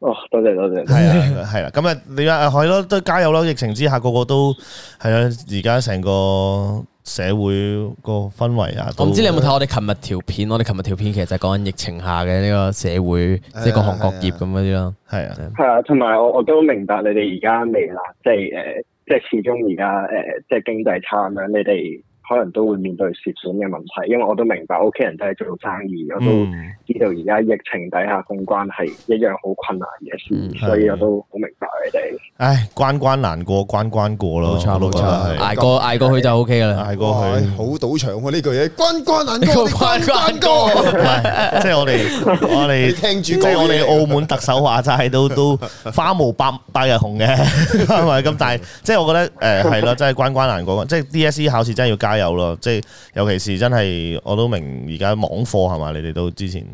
L: 哦，多謝多謝，
A: 係啊，係啦，咁啊，你話係咯，都加油咯！疫情之下，個個都係啦，而家成個社會個氛圍啊，
D: 我唔知你有冇睇
A: 睇？
D: 我哋琴日條片，我哋琴日條片其實就係講緊疫情下嘅呢個社會，即係各行各業咁嗰啲咯。
A: 係啊，
L: 係啊，同埋我我都明白你哋而家未啦，即係誒、呃即係始終而家誒，即係經濟差咁樣，你哋可能都會面對蝕損嘅問題。因為我都明白屋企人都係做生意，我都
A: 嗯
L: 知道而家疫情底下公關係一樣好困難嘅事，
A: 嗯
L: 所以我都好明白你哋。
A: 唉，關關難過，關關過咯，
D: 冇錯
A: 我都
D: 冇
A: 覺得係
D: 錯，捱過捱過去就 OK 噶啦。
A: 捱過去，
B: 好賭場喎呢句嘢，關關難過，關關
A: 唔
B: 過。
A: 係即係我哋 我
B: 你
A: 哋
B: 聽住
A: 即係
B: 講
A: 我哋
B: 嘢
A: 澳門特首話齋都都花無百百日紅嘅， 係咪咁？但係即係我覺得誒係咯，真係關關難過關，即係 DSE 考試真係要加油咯！即係尤其是真係我都明而家網課係嘛，你哋都之前。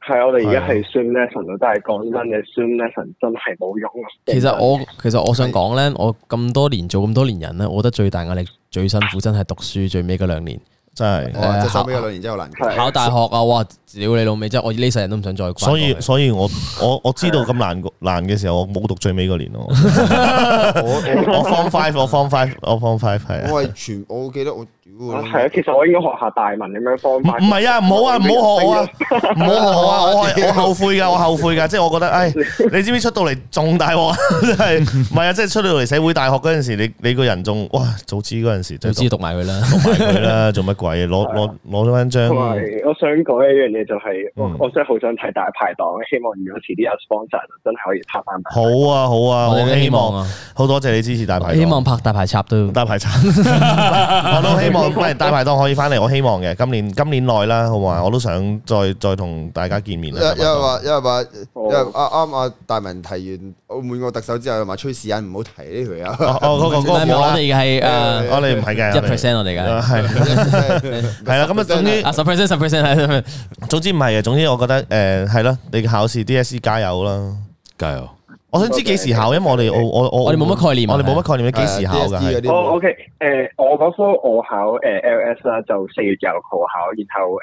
L: 係啊，我哋而家係 Zoom lesson 咯，但係講真嘅 Zoom lesson 真係冇用啊。
D: 其實我其實我想講咧，我咁多年做咁多年人咧，我覺得最大壓力、最辛苦真係讀書最尾嗰兩年。
A: 真係
B: 哦
D: 誒
B: 即係收
D: 考
B: 尾嗰兩年真係好難過。
D: 考大學啊！哇，屌你老味，真係我呢世人都唔想再關
A: 所以
D: 過去
A: 所以我我我知道咁 難難嘅時候，我冇讀最尾嗰年 咯。我我 form five，我 form five，我 form five 係啊。
B: 我係全，我記得我屌。
L: 係啊，其實我應該學下大文咁樣方法。
A: 唔係啊，唔好啊，唔好學我啊，唔好學我啊，我係我後悔噶，我後悔噶，即係我覺得， 唉，你知唔知出到嚟仲大鑊啊？ 真係唔係啊，即係出到嚟社會大學嗰陣時，你你個人仲哇，早知嗰陣時
D: 早
A: 就
D: 知讀埋 佢啦。
A: 讀埋佢 啦，做乜鬼啊？攞攞攞咗翻張
D: 啊
L: 同埋，我想講一樣嘢就係、我
A: 嗯
L: 我真係好想睇大排檔，希望如果遲啲有 sponsor，就真係可以拍翻大排
A: 好啊好啊，
D: 我哋
A: 我
D: 都希
A: 希
D: 望
A: 望好多謝你支持大排檔
D: 希望拍大排插都
A: 大排餐，我都希望喂大排檔可以翻嚟，我希望嘅今年今年內啦，好嘛？我都想再再同大家見面
B: 因
A: 啦。
B: 因為話，因為話，因
L: 哦
B: 為啱啱阿大文提完澳門個特首之後，同埋崔世欣唔好提呢條友。
A: 哦哦嗰個嗰個
D: 唔係唔係
A: 好啦
D: 我哋係誒
A: 我哋唔係嘅，
D: 一 percent 我哋嘅
A: 係啊係啦。咁啊，總之
D: 啊十 percent 十 percent 係
A: 總之唔係嘅，總之我覺得誒係咯，你考試 DSE 加油啦！
C: 加油！
A: 我想知幾時考，因為我哋澳我我
D: 我哋冇乜概念啊
A: 我哋冇乜概念，幾時考㗎？係
B: 啲
L: 檔。哦，OK，誒、我嗰科我考誒、LS 啦，就四月廿六號考，然後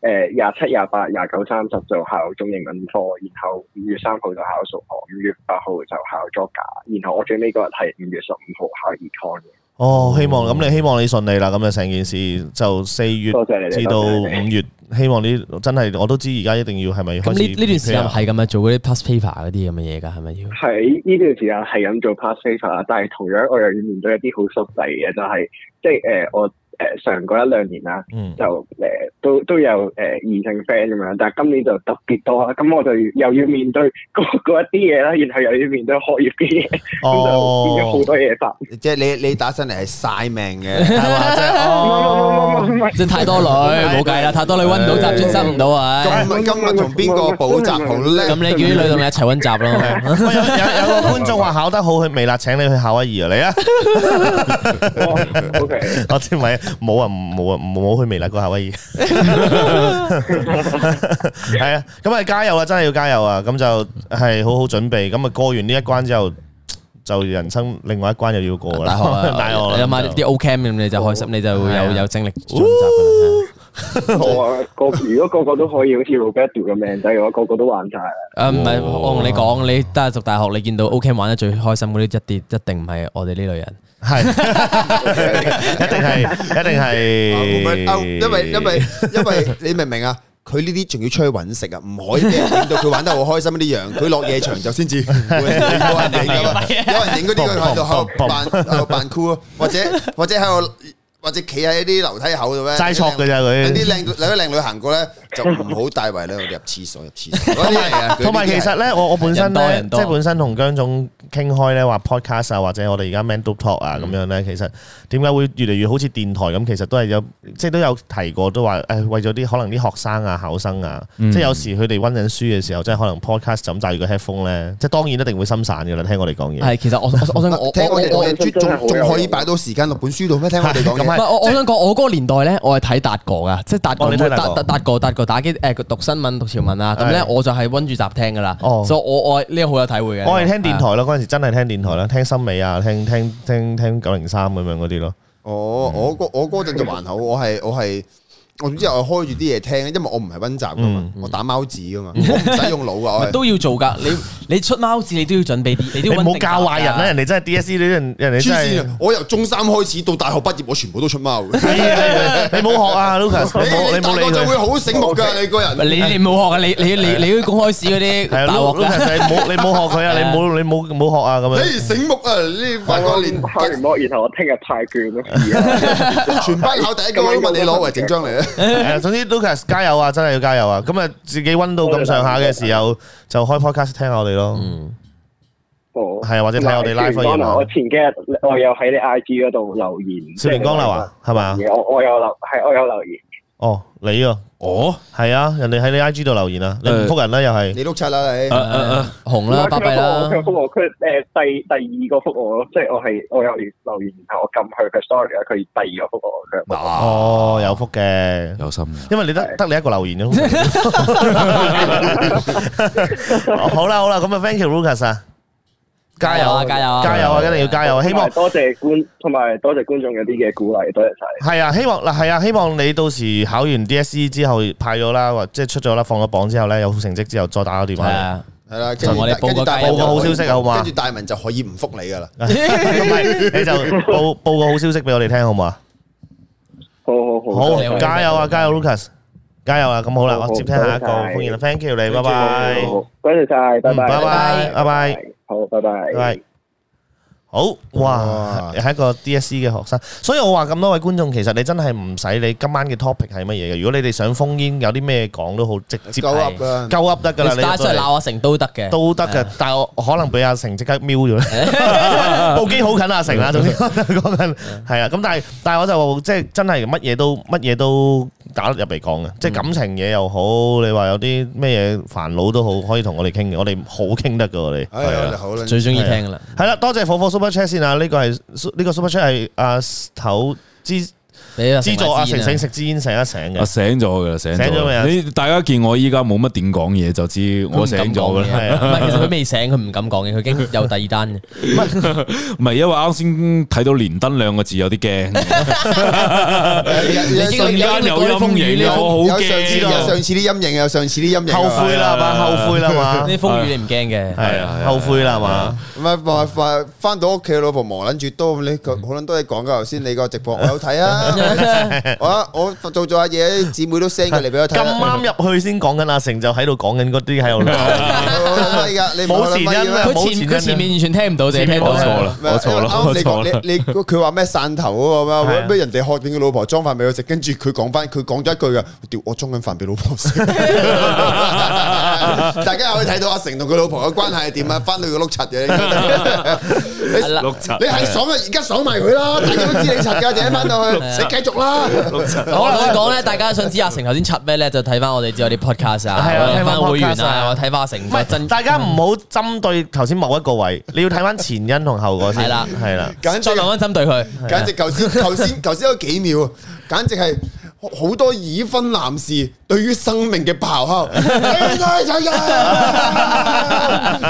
L: 誒誒廿七、廿八、廿九、三十就考中英文科，然後五月三號就考數學，五月八號就考 j o 然後我最尾嗰日係五月十五號考 econ 嘅。
A: 哦，希望咁你希望你順利啦，咁啊成件事就四月
L: 多謝你哋
A: 至到
L: 多
A: 五
L: 謝你哋
A: 月，希望呢真係我都知而家一定要係咪
D: 咁
A: 開始
D: 呢呢段時
A: prepare
D: 間
A: 啊
D: 係咁啊，做嗰啲 past paper 嗰啲咁嘅嘢㗎，係咪要？
L: 喺呢段時間係咁做 past paper 啦，但係同樣我又要面對一啲好縮細嘅，就係、即係誒、呃我誒、呃上嗰一兩年啦，
A: 嗯
L: 就誒、呃都都有誒、呃、異性 friend 咁樣，但係今年就特別多啦，咁我就又要面對嗰嗰一啲嘢啦，然後又要面對學業嘅嘢，咁、
A: 哦
L: 就變咗好多嘢煩。
B: 即係你你打上嚟係晒命嘅，
A: 係嘛？即係
L: 唔係唔係唔係唔係唔
D: 即係太多女，冇計啦，太多女温唔到習，專心唔到啊！
B: 今今日同邊個補習好叻？
D: 咁你叫啲女同你一齊温習咯。
A: 有有個觀眾話考得好，佢未啦，請你去夏威夷啊！你啊
L: 哦，OK，
A: 我知唔係冇啊，冇啊，冇去未啦，個夏威夷。係啊，咁啊加油啊，真係要加油啊！咁就係好好準備，咁啊過完呢一關之後，就人生另外一關又要過啦。
D: 大學啊，
A: 大學啦
D: 你諗下啲 O Cam 咁，你就開心，你就會有有精力進習
L: 我啊個如果個個都可以好似 Roberto 咁靚仔嘅話，個個都玩晒啦。
D: 誒唔係，我同你講，你都係讀大學，你見到 O K 玩得最開心嗰啲，一啲一定唔係我哋呢類人。
A: 係，一定係， 一定
B: Ờ, 啊
A: 係，
B: 因為因為因為你明唔明啊？佢呢啲仲要出去揾食啊，唔可以俾人影到佢玩得好開心呢樣。佢落夜場就先至會冇人影噶嘛，有人影嗰啲佢喺度喺度扮喺度扮 cool 啊，或者或者喺度或者企喺啲樓梯口度咧，
A: 齋戳嘅咋佢
B: 有啲靚有啲靚女行過咧，就唔好帶圍咧，我哋入廁所入廁所。嗰啲係啊
A: 同埋其實咧，我我本身
D: 人多
A: 咧
D: 人，
A: 即
D: 多
A: 係本身同姜總傾開咧，話 podcast 啊，或者我哋而家 man do talk 啊咁樣咧，其實點解會越嚟越好似電台咁？其實都係有，即係都有提過，都話誒為咗啲可能啲學生啊、考生啊，
C: 嗯
A: 即係有時佢哋温緊書嘅時候，即係可能 podcast 就咁戴住個 headphone 咧，即係當然一定會心散嘅啦。聽我哋講嘢
D: 係，其實我我 我想我
B: 聽我哋
D: 我
B: 我哋仲仲可以擺到時間落本書度咩？聽我哋講
D: 唔係，
B: 嘢。
D: 我我想講，我嗰個年代咧，我係睇達哥噶，即係達哥
A: 哦你睇達
D: 達
A: 哥
D: 達達哥達哥打機誒讀新聞讀潮文啊，咁咧
A: 係
D: 我就係温住集聽噶啦，
A: 哦
D: 所以我我呢個好有體會嘅。
A: 我係聽電台咯，嗰陣時真係聽電台啦，聽森美啊，聽聽聽聽九零三咁樣嗰啲咯。
B: 哦，我嗰我嗰陣就還好，我係我係我總之我開住啲嘢聽，因為我唔係温習噶嘛，我打貓字噶嘛，我唔使用腦噶，我
D: 啊
B: 係
D: 都要做㗎，你你出貓字你都要準備啲，你
A: 你
D: 都要
A: 唔
D: 温
A: 好
D: 定
A: 教壞人啦，
D: 㗎
A: 人哋真係 DSE 啲人，人哋
B: 黐
A: 真係
B: 線啊。！我由中三開始到大學畢業，我全部都出貓。你
A: 係啊係啊你冇學啊，Lucas，你冇
B: 你
A: 你
B: 大
A: 冇理
B: 個
A: 佢
B: 就。會好醒目㗎，你個人。
D: 你你冇學啊！你你你你啲公開試嗰啲
A: 系啊
D: 大鑊
A: ，Lucas，
D: 啦，
A: 你冇你冇學佢啊，你冇你冇冇學啊咁樣。
B: 你醒目啊！呢發覺連
L: 考完模，然後我聽日派卷 咯。 而家
B: 全班考第一個我都問你攞為整張嚟啊！
A: 係啊，總之 Lucas 加油啊，真係要加油啊！咁啊，自己温到咁上下嘅時候，就開 podcast 聽下我哋咯。
L: 哦
A: 係啊或者睇我哋 live 嘅嘢嘛
L: 我前幾日我有喺你 I G 嗰度留言，
A: 少年江流啊，係嘛？
L: 我我有留係我有留言，
A: 哦，你啊，
C: 哦，
A: 係啊，人哋喺你 IG 度留言啊，你唔覆人啦又係。
B: 你碌柒啦你
C: 誒，誒
D: 紅啦，巴閉啦
L: 佢。有覆我，佢誒第第二個覆我咯，即係我係我有留言，然後我撳佢嘅 story 佢第二個覆我，佢
C: 誒，啊，
A: 哦，有覆嘅，
C: 有心嘅，
A: 因為你得得你一個留言啫。 好啦好啦，咁啊，thank you Lucas à. 啊，加油啊
D: 加油啊
A: 加油啊，一定要加油啊！希望
L: 同埋多謝觀，同埋多謝觀眾有啲嘅鼓勵，多謝晒。
A: 係啊，希望嗱係啊，希望你到時考完 DSE 之後派咗啦，或即係出咗啦，放咗榜之後咧，有好成績之後再打個電
D: 係
A: 話嚟。
D: 啊，
B: 係啦，跟住
D: 我哋報個
B: 跟住大文
A: 報個好消息啊好嘛
B: 跟住大文就可以唔覆你㗎啦。
A: 唔係，你就報報個好消息俾我哋聽好唔好啊？
L: 好好好，
A: 好
D: 加油，
A: 加油啊，加油 Lucas，加油啊！咁好啦，
L: 好
A: 我
L: 好
A: 接聽下一個
L: 多謝
A: 歡迎啦，thank you 你，拜拜，
L: 好，多謝晒，拜
A: 嗯
L: 拜，
A: 拜拜，拜拜，
L: 好，拜拜，
A: 拜拜。好，哇
B: 哇！
A: 係一個 DSE 嘅學生，所以我話咁多位觀眾，其實你真係唔使你今晚嘅 topic 係乜嘢嘅。如果你哋想封煙，有啲咩講都好，直接
B: 夠
A: 鳩
B: 噏啦，
A: 噏得㗎啦。
D: 你打
A: 你
D: 出嚟鬧阿成都得嘅，
A: 都得
D: 啊
A: 嘅，但係我可能俾阿成即刻瞄咗啦，部機好近阿成啦，總之 講緊係啊，咁但係但係我就即係真係乜嘢都乜嘢都打入嚟講嘅，即係感情嘢又好，你話有啲咩嘢煩惱都好，可以同我哋傾嘅，我哋好傾得嘅，我哋
B: 哎
A: 係
B: 呀，
A: 啊
B: 你好啦，
D: 最中意聽㗎啦。
A: 係啦，多謝火火 Super Chat 先啊！呢個係呢個 Super Chat 係阿頭資
D: 俾阿成
A: 資助阿
D: 買支
A: 成
D: 煙啊
A: 成食支煙醒一醒嘅，
C: 我醒咗㗎啦，醒
A: 醒咗未啊
C: 咗。你大家見我依家冇乜點講嘢，就知我醒咗㗎啦。
A: 係
D: 唔
A: 啊，
D: 係，其實佢未醒，佢唔敢講嘅，佢驚有第 二單嘅。
C: 唔係因為啱先睇到連登兩個字有啲驚，
A: 啊
B: 你
D: 你經歷
C: 瞬間有陰影，我好
B: 有上次
C: 驚
B: 有
C: 啊。
B: 上次啲陰影，有上次啲陰影啊。
A: 後悔啦係嘛，後悔啦係嘛，
D: 呢風雨你唔驚嘅，
A: 係啊，後悔啦係嘛。
B: 唔係，啊話話翻到屋企，老婆忙撚住多，你
A: 嗯
B: 個好撚多嘢講噶。頭先你個直播我有睇啊， 我我做咗下嘢，姊妹都 send 過嚟俾我睇
A: 咁
B: 啊。
A: 啱入去先講緊阿成，就喺度講緊嗰啲喺度鬧，
B: 我你噶，你
A: 冇前因啊
D: 佢
A: 冇
D: 前
A: 前
D: 佢
A: 因
D: 前面完全聽唔到，淨係聽到
B: 我錯啦
D: 我錯啦
B: 啱啱你講
D: 我錯啦
B: 你你佢話咩汕頭嗰個
D: 係
B: 咩
D: 啊
B: 咩人哋學定個老婆裝飯俾佢食，跟住佢講翻佢講咗一句噶，啊屌我裝緊飯俾老婆食。 大家可以睇到阿成同佢老婆嘅關係係點啊？翻到佢碌柒嘅，你
C: 碌柒
B: 你係爽啊！而家爽埋佢啦，大家都知你柒㗎，陣翻到去，
D: 碌
B: 你
D: 柒
B: 繼續啦。
D: 好啦，我講咧，大家想知阿成頭先插咩咧，就睇翻我哋之後啲 podcast 啊，
A: 係啊
D: 睇
A: 聽翻
D: 翻會員
A: podcast 啊
D: 啊，我睇翻阿成個真
A: 大家唔好針對頭先某一個位，你要睇翻前因同後果先。
D: 係啦
A: 係啦。
D: 再慢慢針對佢，
B: 簡直頭先頭先頭先有幾秒啊，簡直係好多已婚男士對於生命嘅咆哮。你都係仔嘅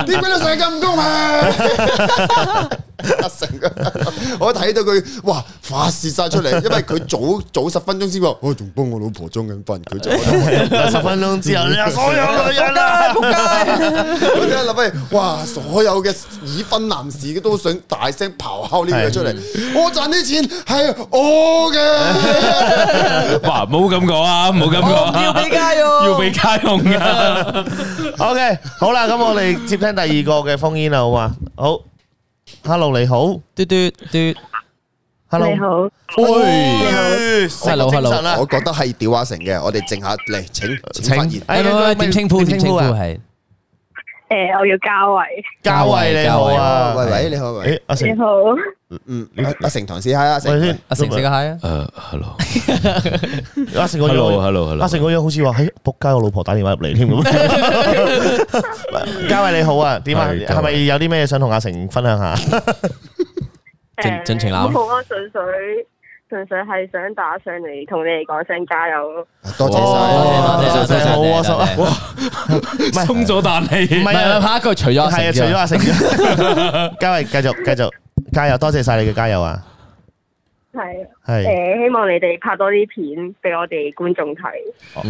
B: 點解呢世界咁公平？阿成啊，我睇到佢哇發泄晒出嚟，因為佢早早十分鐘先話，我仲幫我老婆裝緊婚，佢就
A: 十分鐘之後， 你話所有女人啦，仆街！
B: 我真係諗起，哇！所有嘅已婚男士都想大聲咆哮呢樣嘢出嚟，我賺啲錢係我嘅。
C: 哇，唔好咁講啊，唔好咁
D: 哦
C: 講啊，
A: 要俾家用
C: 要俾家用噶。
A: OK，好啦，咁我哋接聽第二個嘅封煙啦，好嘛？好，Hello，你好，
D: 嘟嘟嘟
A: ，Hello，
M: 你好，
A: 喂，hello hello，
B: 我覺得係屌阿成嘅，我哋靜下嚟，請
D: 呃
B: 請發言。
A: 哎喂喂點稱呼點稱呼啊
D: 係
M: 诶，我要嘉慧，
A: 嘉慧你好啊，
B: 喂喂，你好
A: 誒
B: 喂，
A: 阿
M: 你
A: 成，
M: 好，
B: 嗯嗯，阿阿成唐先係阿
A: 喂
B: 成
A: 先，
D: 阿成食個蟹啊，
C: 誒，hello，
A: 阿成個樣
C: Hello，hello，hello
D: 啊
A: 阿成個樣好似話，嘿，仆街，我老婆打電話入嚟添咁。嘉慧你好啊，點啊？
C: 係嘉慧
A: 係咪有啲咩想同阿成分享下？
D: 盡盡情
M: 我
D: 鬧，
M: 好啊，純粹純粹係想打上嚟同你哋講聲加油咯。
B: 多謝
A: 哦
B: 晒，
A: 多謝晒好啊
D: 多謝
A: 哇
C: 鬆咗啖氣
D: 唔。係啊，下一句除咗阿成
A: 係啊，除
D: 之外
A: 咗阿成之外，嘉慧繼續繼續加油，多謝晒你嘅加油啊！
M: 係啊，
A: 係
M: 誒，希望你哋拍多啲片俾我哋觀眾睇。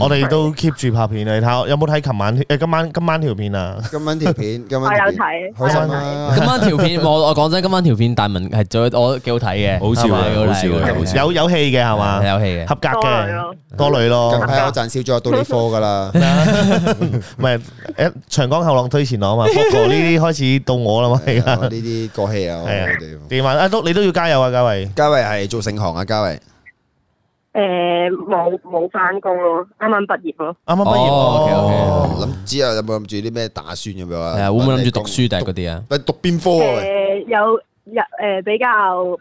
A: 我哋都 keep 住拍片啊！你睇下有冇睇琴晚誒今晚今晚條片啊？
B: 今晚條片，今
M: 我
B: 晚條
M: 有
B: 片
M: 睇，我
B: 開
M: 有
B: 心
M: 睇。
B: 啊！
D: 今晚條片，我我講真，今晚條片大文係做我幾好睇嘅，
C: 好笑啊
D: 係嘛
C: 好笑啊好笑
A: 有有戲嘅係嘛？
D: 有戲嘅
A: 合格
M: 多女
A: 嘅
M: 咯，
A: 多女
D: 哦
B: 近
A: 咯，
B: 排啊我賺少咗到呢科噶啦，
A: 唔係誒長江後浪推前浪啊嘛。不過呢啲開始到我啦嘛，而
B: 係啊
A: 家
B: 呢啲過氣啊，我
A: 係
B: 哋
A: 啊。點啊？啊都你都要加油啊，嘉慧！
B: 嘉慧係做盛行啊，嘉慧
M: 誒，呃冇冇翻工咯，啱啱畢業咯。
A: 啱啱畢業
D: 哦，OK，OK
A: 哦
B: 諗之後有冇諗住啲咩打算咁樣啊？
D: 係啊，會唔會諗住讀書定係嗰啲啊？
B: 喂？讀邊科啊？喂
M: 誒，呃有有誒，比較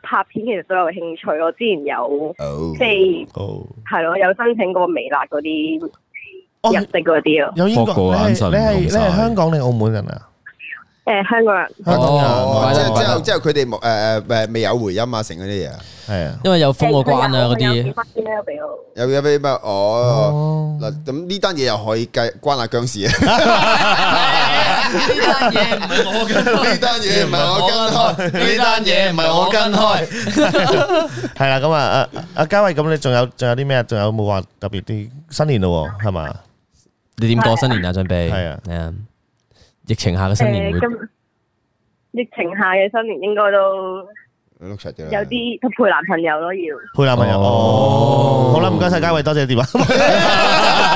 M: 拍片其實都有興趣。我之前有
B: 哦
M: 即係
A: 好。
M: 係咯，有申請過微辣嗰啲
A: 哦
M: 入職嗰啲咯。
A: 有英國，
C: 霍哥眼
A: 你
C: 神
A: 係你係
C: 唔
A: 你
C: 同晒
A: 係香港定澳門人啊？
M: 誒，呃香港人。
A: 香港人
D: 哦
A: 怪
B: 哦，
A: 得
B: 即
D: 唔
B: 係
D: 怪
B: 之
D: 得
B: 後之後佢哋冇誒誒誒未有回音啊，成嗰啲嘢啊，
A: 係啊。
D: 因為有封過關啊嗰
M: 佢有寄
D: 啲，
M: 翻 email 俾我。
B: 有有咩咩哦
A: 哦
B: 嗱咁呢單嘢又可以計關阿僵事啊，
D: 呢單嘢唔係我嘅
B: 呢單嘢唔係我跟開，呢單嘢唔係我跟開。
A: 系啦，咁啊，阿阿嘉慧，咁你仲有仲有啲咩？仲有冇話特別啲新年咯喎？係嘛？
D: 你點過新年啊？準備
A: 係啊
D: 係啊，疫情下嘅新年會
M: 誒，呃今疫情下嘅新年應該都
B: 碌柒嘅
M: 有啲陪男朋友咯，要。
A: 配男朋友哦，好啦，唔該晒嘉慧，多謝電話。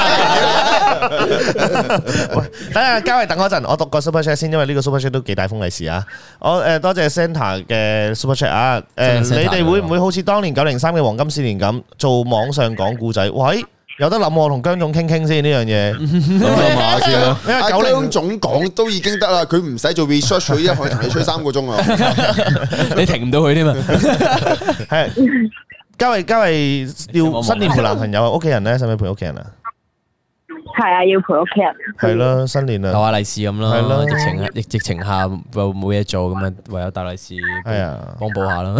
A: 喂，等下嘉慧等我一陣，我讀個 super chat 先，因為呢個 super chat 都幾大封利是啊！我誒多謝 Santa 嘅 super chat Ờ, 啊！誒，
D: 真係 Santa
A: 你哋會唔會好似當年九零三嘅黃金四年咁做網上講故仔？喂，有得諗我同姜總傾傾先呢樣嘢，
B: 諗下先啦。
A: 因為
B: 阿
A: 九零
B: 姜總講都已經得啦，佢唔使做 research，佢一可以同你吹三個鐘啊。
D: 你停唔到佢 添啊！
A: 係嘉慧嘉慧要新年陪男朋友，屋企人咧使唔使陪屋企人啊？
M: 係啊，要陪屋企人。
A: 係。咯，新年
D: 留
A: 啊，
D: 下利是咁
A: 係
D: 啦
A: 咯，
D: 疫情疫疫情下又冇嘢做咁啊，唯有帶利是
A: 係啊。
D: 幫補下啦。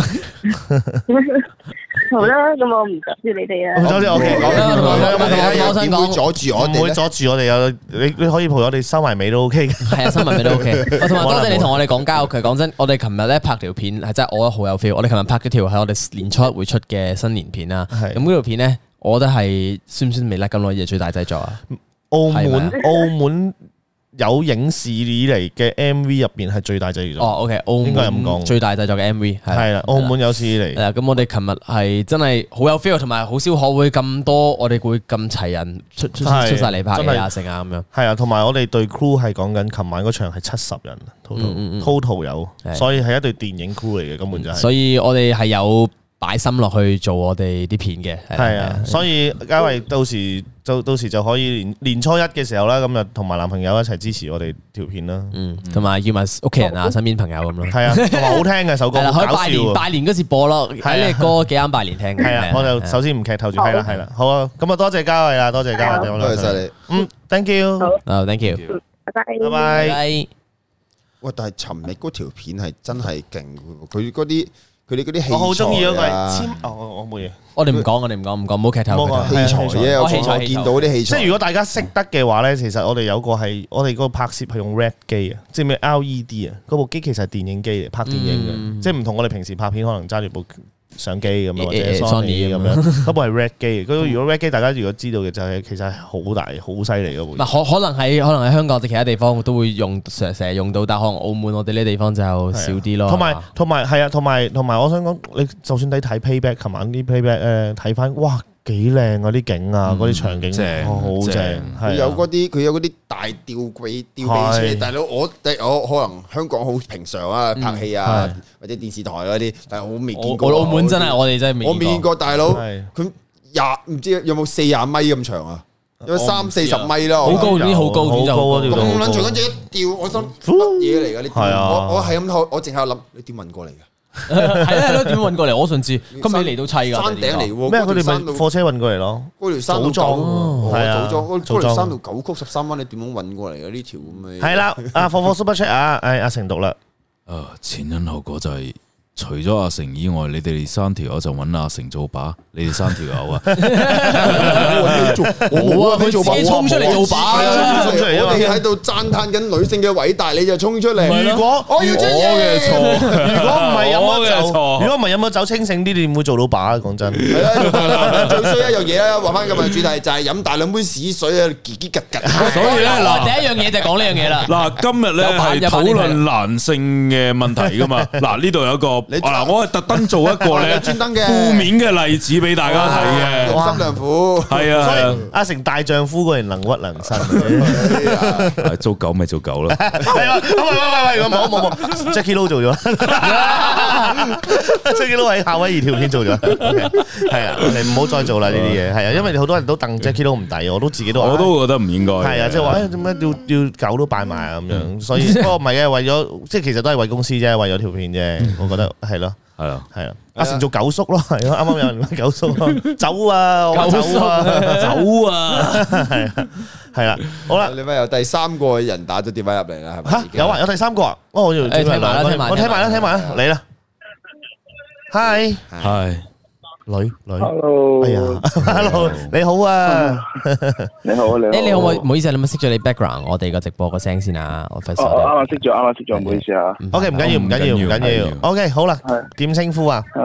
M: 好啦，咁我唔阻住你哋啦。
A: 咗啲 OK，講
D: 好
A: 完啦
D: 好好
A: 咁啊
D: 好我想
B: 點
D: 講
B: 會阻住我
A: 唔
B: 哋
A: 會
B: 咧？
A: 阻住我哋有你，你可以陪我哋收埋尾都 OK 嘅。
D: 係啊，新聞咪都 OK。我同埋多謝你
A: 冇啦
D: 同我哋講交佢。講真，我哋琴日咧拍條片係真係我覺得好有 feel。我哋琴日拍咗條係我哋年初一會出嘅新年片啦。
A: 係
D: 咁嗰條片咧，啊我覺得係算唔算微辣咁耐嘢最大製作啊？
A: 澳
D: 係
A: 門
D: 咪
A: 澳門有影視以嚟嘅 M V 入边係最大製作。
D: 哦，OK，澳
A: 應該咁
D: 門
A: 講
D: 最大製作嘅 MV
A: 係啦澳門有史以嚟。
D: 係啦咁我哋琴日係真係好有 feel，同埋好少可會咁多，我哋會咁齊人出出出
A: 係
D: 出晒嚟拍
A: 真
D: 嘢
A: 係
D: 啊，成啊咁樣。
A: 係啊，同埋我哋對 crew 係講緊，琴晚嗰場係七十人
D: 嗯
A: total total 有，
D: 係
A: 所以係一對電影 crew 嚟嘅，根本就係。
D: 所以我哋係有擺心落去做我哋啲片嘅。
A: 係啊，所以因為到時就到時就可以年年初一嘅時候啦，咁就同埋男朋友一齊支持我哋條片啦。
D: 嗯，同埋要埋屋企
A: 哦
D: 人啊、身邊朋友咁咯。
A: 係啊，同埋好聽嘅首歌，
D: 係啦，
A: 好
D: 可以
A: 搞
D: 拜
A: 笑
D: 年
A: 啊。
D: 拜年嗰時播咯，睇你歌幾啱拜年聽嘅。
A: 係啊，我就首先唔劇透住，
D: 好
A: 係啦，係啦，好啊，咁啊，多謝嘉慧啦，多謝嘉慧，
B: 多謝晒你。
A: 嗯，thank you，
D: 啊，thank you。
M: 拜
A: 拜
M: 拜。
A: 拜。
B: 喂，但係尋日嗰條片係真係勁嘅喎，佢嗰啲佢哋嗰啲器
A: 我好中意嗰個
B: 材
A: 係
B: 啊
A: 簽，哦，我我冇嘢。
D: 我哋唔講，我哋唔講，唔講，唔好劇透。
A: 冇
D: 唔
A: 啊
D: 好劇
A: 係啊器
D: 透
A: 材啫
D: 哦
A: 我
D: 器材
A: 我
D: 器材
B: 見到啲器
A: 即
B: 材
A: 係如果大家識得嘅話咧，其實我哋有個係我哋個拍攝係用 red 機啊，即係咩 LED 啊，嗰部機其實係電影機嚟拍電影嘅，即係唔同我哋平時拍片可能揸住部相機咁啊樣或者
D: 誒誒
A: Sony
D: Sony
A: 咁
D: 咁
A: 樣
D: 樣，
A: 嗰部係 red 機。佢如果 red 機大家如果知道嘅就係其實係好大好犀利嗰部
D: 嗱，。可可能喺可能喺香港或者其他地方都會用成成日用到，但可能澳門我哋呢地方就少啲咯。
A: 同埋同埋係啊，同埋同埋，我想講你就算你睇 payback，琴晚啲 payback 誒睇翻，哇幾靚嗰啲景啊，嗰啲場景
C: 正
A: 好
C: 正
A: 正，
B: 佢
A: 係
B: 有
A: 啊
B: 嗰啲佢有嗰啲大吊臂吊臂
A: 係
B: 車，大佬我我可能香港好平常啊，拍戲啊
A: 係
B: 或者電視台嗰啲，但係我未見
D: 我
B: 過啊。
D: 我澳門真係
B: 啲
D: 我哋真係未
B: 我未見過大佬，
A: 係
B: 佢廿唔知有冇四廿米咁長啊？有
C: 我
B: 三
C: 唔
B: 四
C: 知
B: 十
C: 啊
B: 米啦，
D: 好高
B: 我
D: 點就好高點就好高
A: 好高啊 條
B: 咁
A: 路
B: 撚長跟住一吊，我心乜嘢嚟㗎？你吊
A: 係啊
B: 我我係咁睇，我淨係諗你點運過嚟㗎？
D: 係啊，係咯，點運過嚟？我上次今年嚟到砌㗎，
B: 山頂嚟喎，
A: 咩啊？
B: 嗰
A: 佢
B: 條
A: 哋
B: 山
A: 咪
B: 路
A: 貨車運過嚟咯。
B: 嗰條山路
A: 組裝
B: 九哦
A: 係啊
B: 組裝嗰
A: 組裝
B: 嗰條山路九曲十三彎，你點樣運過嚟嘅呢條咁嘅？
A: 係啦，阿火火 Super Chat 啊，诶，阿成讀啦，
C: 啊，前因後果就係除咗阿成以外，你哋三條友就揾阿成做把，你哋三條友 啊，
B: 我冇啊，
D: 冇啊，
B: 佢做把，
D: 佢自
B: 我冇啊，
D: 己衝出嚟做
B: 我自己
D: 把
B: 衝出嚟，
A: 啊，
B: 我
A: 衝
B: 哋
A: 出嚟啊。
B: 喺度讚歎緊女性嘅偉大，你就衝出嚟。
A: 如果-
B: 我要出嘢。
A: 如果唔係飲咗
C: 我嘅
A: 酒，
C: 錯
A: 如果唔係飲咗酒清醒啲，你唔會做到把。講真，
B: 最衰一樣嘢啊，話返今日主題就係飲大兩杯屎水啊，結結吉吉。
C: 所以咧
D: 嗱，
C: 嗱
D: 哦第一樣嘢就係講呢樣嘢啦。
C: 嗱，今日咧
D: 有版
C: 係
D: 有版
C: 討
D: 你睇啦
C: 論男性嘅問題噶 嘛，嗱呢度有一個，啊
B: 你
C: 嗱我係特登做一個
B: 我
C: 咧
B: 係啊專登嘅
C: 負面嘅例子俾大家睇嘅，
B: 人心良苦。
C: 係
A: 所
C: 啊
A: 以，阿成大丈夫果然能屈能伸。
C: 係做狗咪做狗啦，
A: 係啊，喂喂喂喂，冇冇冇，Jackie Lou 做咗，Jackie Lou 喺夏威夷條片做咗，係啊，你唔好再做啦呢啲嘢，係啊，因為好多人都戥 Jackie Lou 唔抵，我都自己都
C: 我都覺得唔應該嘅，
A: 係啊，即係話誒點解要要狗都拜埋啊咁樣，所以不過唔係嘅，為咗即係其實都係為公司啫，為咗條片啫，我覺得係咯。
C: 係啊，
A: 係啊，阿成做九叔咯，係咯，啱啱有人講九叔咯，走啊，我
D: 九叔
A: 走啊，
D: 走啊！
A: 係啊，係啦，好啦，
B: 你咪有第三個人打咗電話入嚟啦，係咪？
A: 吓有啊，有第三個啊，哦，我要
D: 誒聽埋啦聽埋
A: 我聽埋啦，聽
D: 聽
A: 埋啦，你啦，Hi，
C: 係
A: 女女，
L: Hello，
A: 哎呀，Hello，你好啊，
L: 你好，你好。
D: 誒，你可唔可以唔好意思啊，你咪熄咗你 background 我哋個直播個聲先啊？我費事
L: 哦，
D: 我哋
L: 我啱啱識咗，啱啱識咗，唔好意思啊。
A: ，OK，唔緊要，唔緊要，唔緊要，OK，好啦，點稱呼啊
L: 係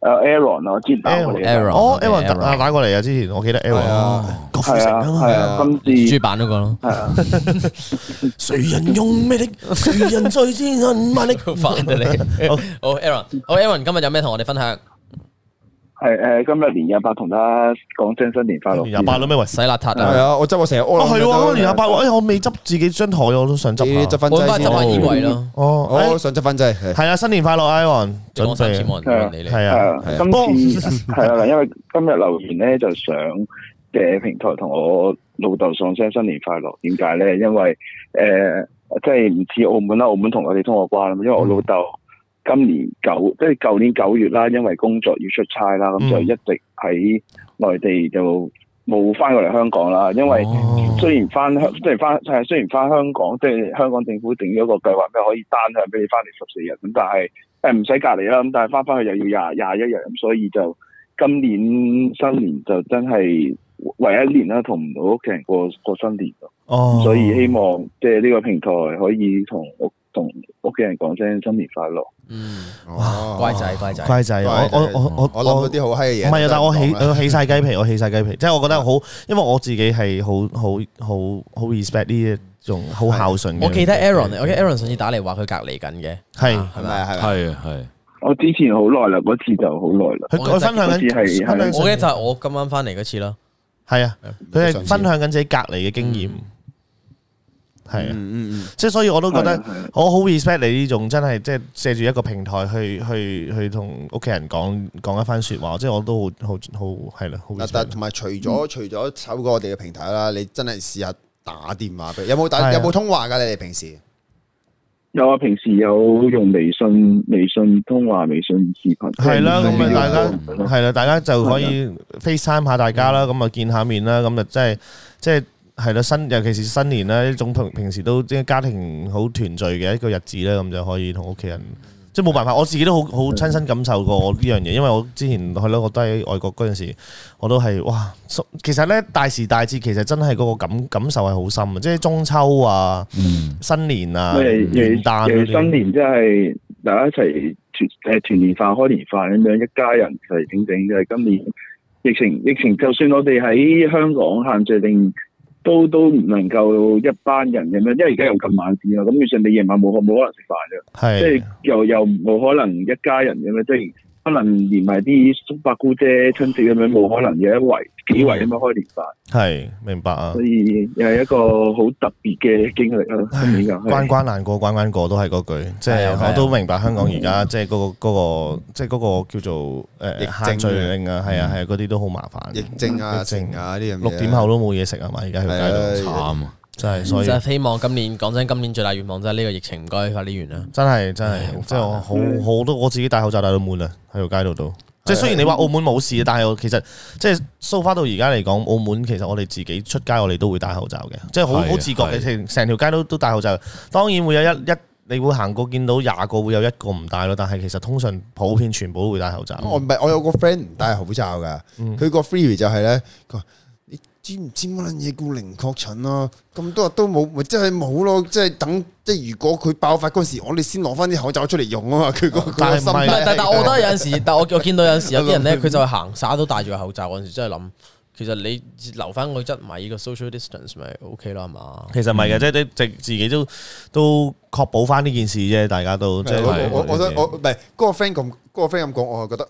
L: 誒，Aaron 啊，我之前打過你。
D: Aaron
A: 哦
D: Aaron，
A: ，Aaron
D: 係
A: 打打過嚟啊，之前我記得 Aaron，郭富
L: 係
A: 城
L: 啊，
A: 啊嘛
L: 係啊，今次
D: 豬版嗰個咯。
A: 啊誰人用魅力，誰人最知人萬力。
D: 煩到你。好好，Aaron，好 Aaron，今日有咩同我哋分享？
L: 係誒，今日年廿八同大家講聲新年快樂。
A: 廿八啦咩喂？
D: 洗邋遢
A: 哦，
D: 啊！
B: 係啊，我執我成日屙撚
A: 係喎，
B: 都得。
A: 嗰年廿八喎，哎呀，我未執自己張台，我都想執下。
D: 我
B: 咦，執返劑
D: 翻
B: 先。
D: 執下衣櫃咯。
A: 哦，哎
B: 我想執返劑，係。
A: 係啊，新年快樂，Iron，
D: 你講
A: 準
D: 三次
A: 備
D: 冇人冇人理你。
A: 係啊，
L: 係啊，今次係啊，因為今日留言咧就想嘅平台同我老豆講聲新年快樂。點解咧？因為誒、即係唔似澳門啦，澳門同我哋通過關啦嘛。
A: 嗯
L: 因為我老豆今年九，即係舊年九月啦，因為工作要出差啦，咁就
A: 嗯
L: 一直喺內地就冇翻過嚟香港啦。因為
A: 哦
L: 雖然翻香，雖然翻係雖然翻香港，即係香港政府定咗個計劃咩可以單向俾你翻嚟十四日，咁但係誒唔使隔離啦，咁但係翻翻去又要廿廿一日，咁所以就今年新年就真係唯一年啦，同唔到屋企人過過新年咯，
A: 哦，
L: 所以希望即係呢個平台可以同屋同屋企人講聲新年快樂。
D: 嗯，
B: 哦。
D: 乖仔乖仔。
A: 乖仔，我我我我我
B: 我諗到啲好閪嘅嘢，
A: 唔係啊，但我起
B: 都係唔講啦。
A: 我起晒雞皮，我起晒雞皮，即係我覺得好，因為我自己係好好好好 respect 呢仲好孝順嘅。
D: 我記得啊 Aaron，我記得 Aaron 上次打嚟話佢隔離緊嘅，
A: 係
D: 係
B: 啊
D: 咪係
C: 係係。
L: 我之前好耐啦，嗰次就好耐啦。
A: 佢分享
L: 嗰次
A: 緊，
L: 係
A: 分享
L: 係
D: 我記得就係我今晚翻嚟嗰次啦。
A: 係啊，佢係分享緊自己隔離嘅經驗。係
B: 嗯
A: 啊，即係所以我都覺
L: 係
A: 得
L: 啊係啊
A: 我好 respect 你呢種真係即係借住一個平台去去去同屋企人講講一番説話，即係我都好好好係啦，好
B: 嗱，
A: respect
B: 但同埋除
A: 嗯
B: 咗除咗透過我哋嘅平台啦，你真係試下打電話俾，有冇
A: 係
B: 打
A: 啊
B: 有冇通話㗎？你哋平時
L: 有啊，平時有用微信、微信通話、微信視頻。
A: 係啦，咁咪大家
L: 家
A: 係啦，大家就可以 FaceTime 下大家啦，咁啊見下面啦，咁啊真係即係係啦，新尤其是新年啦，呢種平平時都即係家庭好團聚嘅一個日子咧，咁就可以同屋企人。即係冇辦法，我自己都好好親身感受過我呢樣嘢，因為我之前去咯，我都喺外國嗰陣時，我都係哇，其實咧大時大節其實真係嗰個感感受係好深啊，即係中秋啊、新年啊、
L: 咪
A: 元旦
L: 尤
A: 嗰
L: 其新
A: 啲，
L: 年即係大家一齊團誒團年飯、開年飯咁樣，一家人齊整整嘅。今年疫情疫情，就算我哋喺香港限聚令，都都唔能夠一班人咁樣，因為而家有禁晚市啊，咁其實你夜晚冇可冇可能食飯嘅，
A: 係
L: 即係又又冇可能一家人咁樣，即係可能連埋啲叔伯姑姐親戚咁樣，冇可能有一圍幾圍咁樣開年飯。
A: 係明白啊
L: 所。以又係一個好特別嘅經歷啦，今年啊嘅
A: 關關難過關關過都係嗰句，即
L: 係
A: 係
L: 啊係啊
A: 我都明白香港而家即係嗰個嗰個即係嗰個叫做
B: 疫
A: 誒限
B: 症
A: 聚令啊，係啊係啊，嗰啲都好麻煩。
B: 疫症啊、
A: 疫症
B: 成啊呢樣嘢，
A: 六點後都冇嘢食啊嘛，而家喺街
B: 係
A: 度
B: 啊
C: 慘啊！
A: 真係
D: 就
A: 所以
D: 係希望今年講真，今年最大願望就係呢個疫情唔該快啲完啦。
A: 真係真係，
B: 啊
A: 即係我好好多我自己戴口罩戴到悶啦，喺條街度都。
B: 啊
A: 即係雖然你話澳門冇事，但係我其實即係 so far 到而家嚟講，澳門其實我哋自己出街我哋都會戴口罩嘅，即係好
B: 啊
C: 係
A: 好自覺嘅，
C: 係
A: 成成條街都都戴口罩。當然會有一一你會行過見到廿個會有一個唔戴咯，但係其實通常普遍全部都會戴口罩。
B: 我唔係我有個 friend 唔戴口罩㗎，
A: 嗯
B: 佢個 theory 就係咧，佢話你知唔知乜撚嘢叫零確診啊？咁多日都冇，咪即係冇咯，即係等即係如果佢爆發嗰時，我哋先攞翻啲口罩出嚟用啊嘛。佢個佢
A: 但係唔
B: 個心
A: 係
B: 態
D: 但但我覺得有陣時，但我我見到有陣時有啲人咧，佢就係行沙都戴住個口罩嗰陣時，真係諗，其實你留翻個質米個 social distance 咪 OK 啦，係嘛？
A: 其實唔
B: 嗯
A: 係嘅，即係即係自己都都確保翻呢件事啫，大家都即係
B: 我我我想我唔係嗰個 friend 咁，嗰個 friend 咁講，我係覺得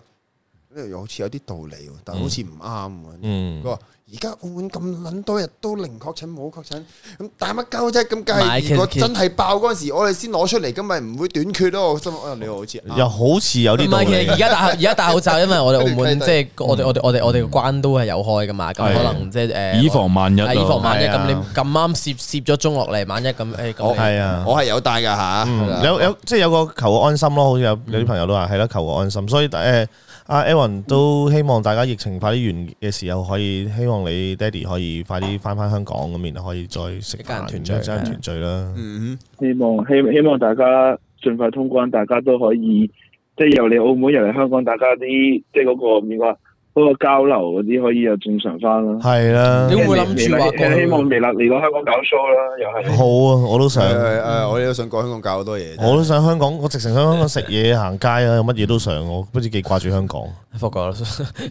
B: 呢樣嘢好似有啲道理喎，但係好似唔啱喎。
A: 嗯
B: 佢話而家澳門咁撚多日都零確診冇確診，咁打乜鳩啫？咁梗
D: 唔係
B: 係
D: 其實
B: 如果
D: 其實
B: 真係爆嗰陣時，我哋先攞出嚟，咁咪唔會短缺咯。我心諗哎呀你好似啱
A: 又好似有啲
D: 唔
A: 道
D: 係，
A: 理
D: 其實而家戴而家戴口罩，因為我哋澳門即係我哋我哋我哋我哋個關都係有開噶嘛，咁
C: 係
D: 可能即係誒，
C: 以防萬一啊
D: 係以防萬一
A: 係
D: 咁
A: 啊
D: 你咁啱攝攝咗鐘落嚟，萬一咁誒咁
A: 我
D: 你
A: 係啊
B: 我係有戴噶吓，
C: 嗯
B: 係啦
A: 嗯有有即係有個求個安心咯，好似有有啲朋友都話係啦，求個安心。所以誒，阿 Aaron 都希望大家疫情快啲完嘅時候，可以希望你爹哋可以快啲翻翻香港咁，然後可以再食
D: 一家人
A: 飯，
D: 團聚
A: 一家人團聚啦。
L: 希望希希望大家盡快通關，大家都可以即係由嚟澳門又嚟香港，大家啲即係嗰、個點講啊嗰個交流嗰啲可以又正常翻啦。
A: 係啦
D: 你，會唔會諗住話過
L: 希望未來嚟到香港搞 show 啦，又係。
A: 好啊，我都想，
B: 誒誒，我哋都想講香港搞好多嘢。
A: 我都想香港，我直情想香港食嘢、行街啊，乜嘢都想，我不知幾掛住香港。
D: 福哥，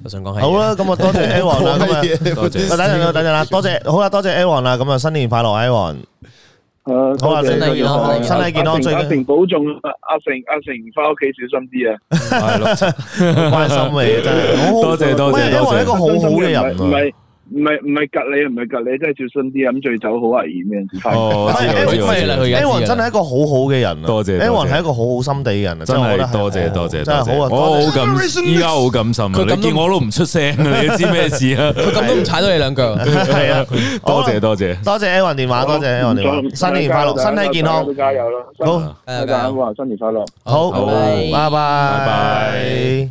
D: 我想講係
A: 好啦，咁啊多謝 Aaron 啦，咁啊
B: 多
A: 喂等陣啦，等陣啦，多謝好啦，多謝 Aaron 啦，咁啊新年快樂 Aaron。好
L: 誒
A: 啊
L: 多謝
A: 身體健康
L: 多謝
A: 身體健康
L: 阿成
A: 最緊
L: 阿成保重啊！阿成阿成翻屋企小心啲啊！
C: 係咯，
A: 關心你啊真係 好好
C: 多謝多謝
A: 喂
C: 多
A: Aaron 係一個
C: 謝
A: 好好嘅人
L: 唔
A: 啊。
L: 係唔係唔係隔你唔係隔你，真係小心啲啊！飲醉酒好危險嘅，
C: 哦，我知道我知道我知道，
A: Aaron 真係一個好好嘅人啊，
C: 多謝多謝
A: Aaron 係一個好好心地嘅人啊，
C: 真
A: 係我覺得
C: 係多謝多謝
A: 真
C: 多謝，
A: 係好啊，
C: 我
A: 多謝
C: 好感，依家好感心啊！
D: 佢咁都
C: 你見我都唔出聲，你都知咩事啊？
D: 佢咁都唔踩到你兩 腳，
A: 係啊，
C: 多謝多謝，
A: 多謝 Aaron 電話，多謝 Aaron 電話，新年快樂，身體健康，
L: 加油啦！
A: 好，
L: 大家
D: 啊
L: 話新年快樂。
A: 好，
C: 好
A: 拜拜，
C: 拜拜。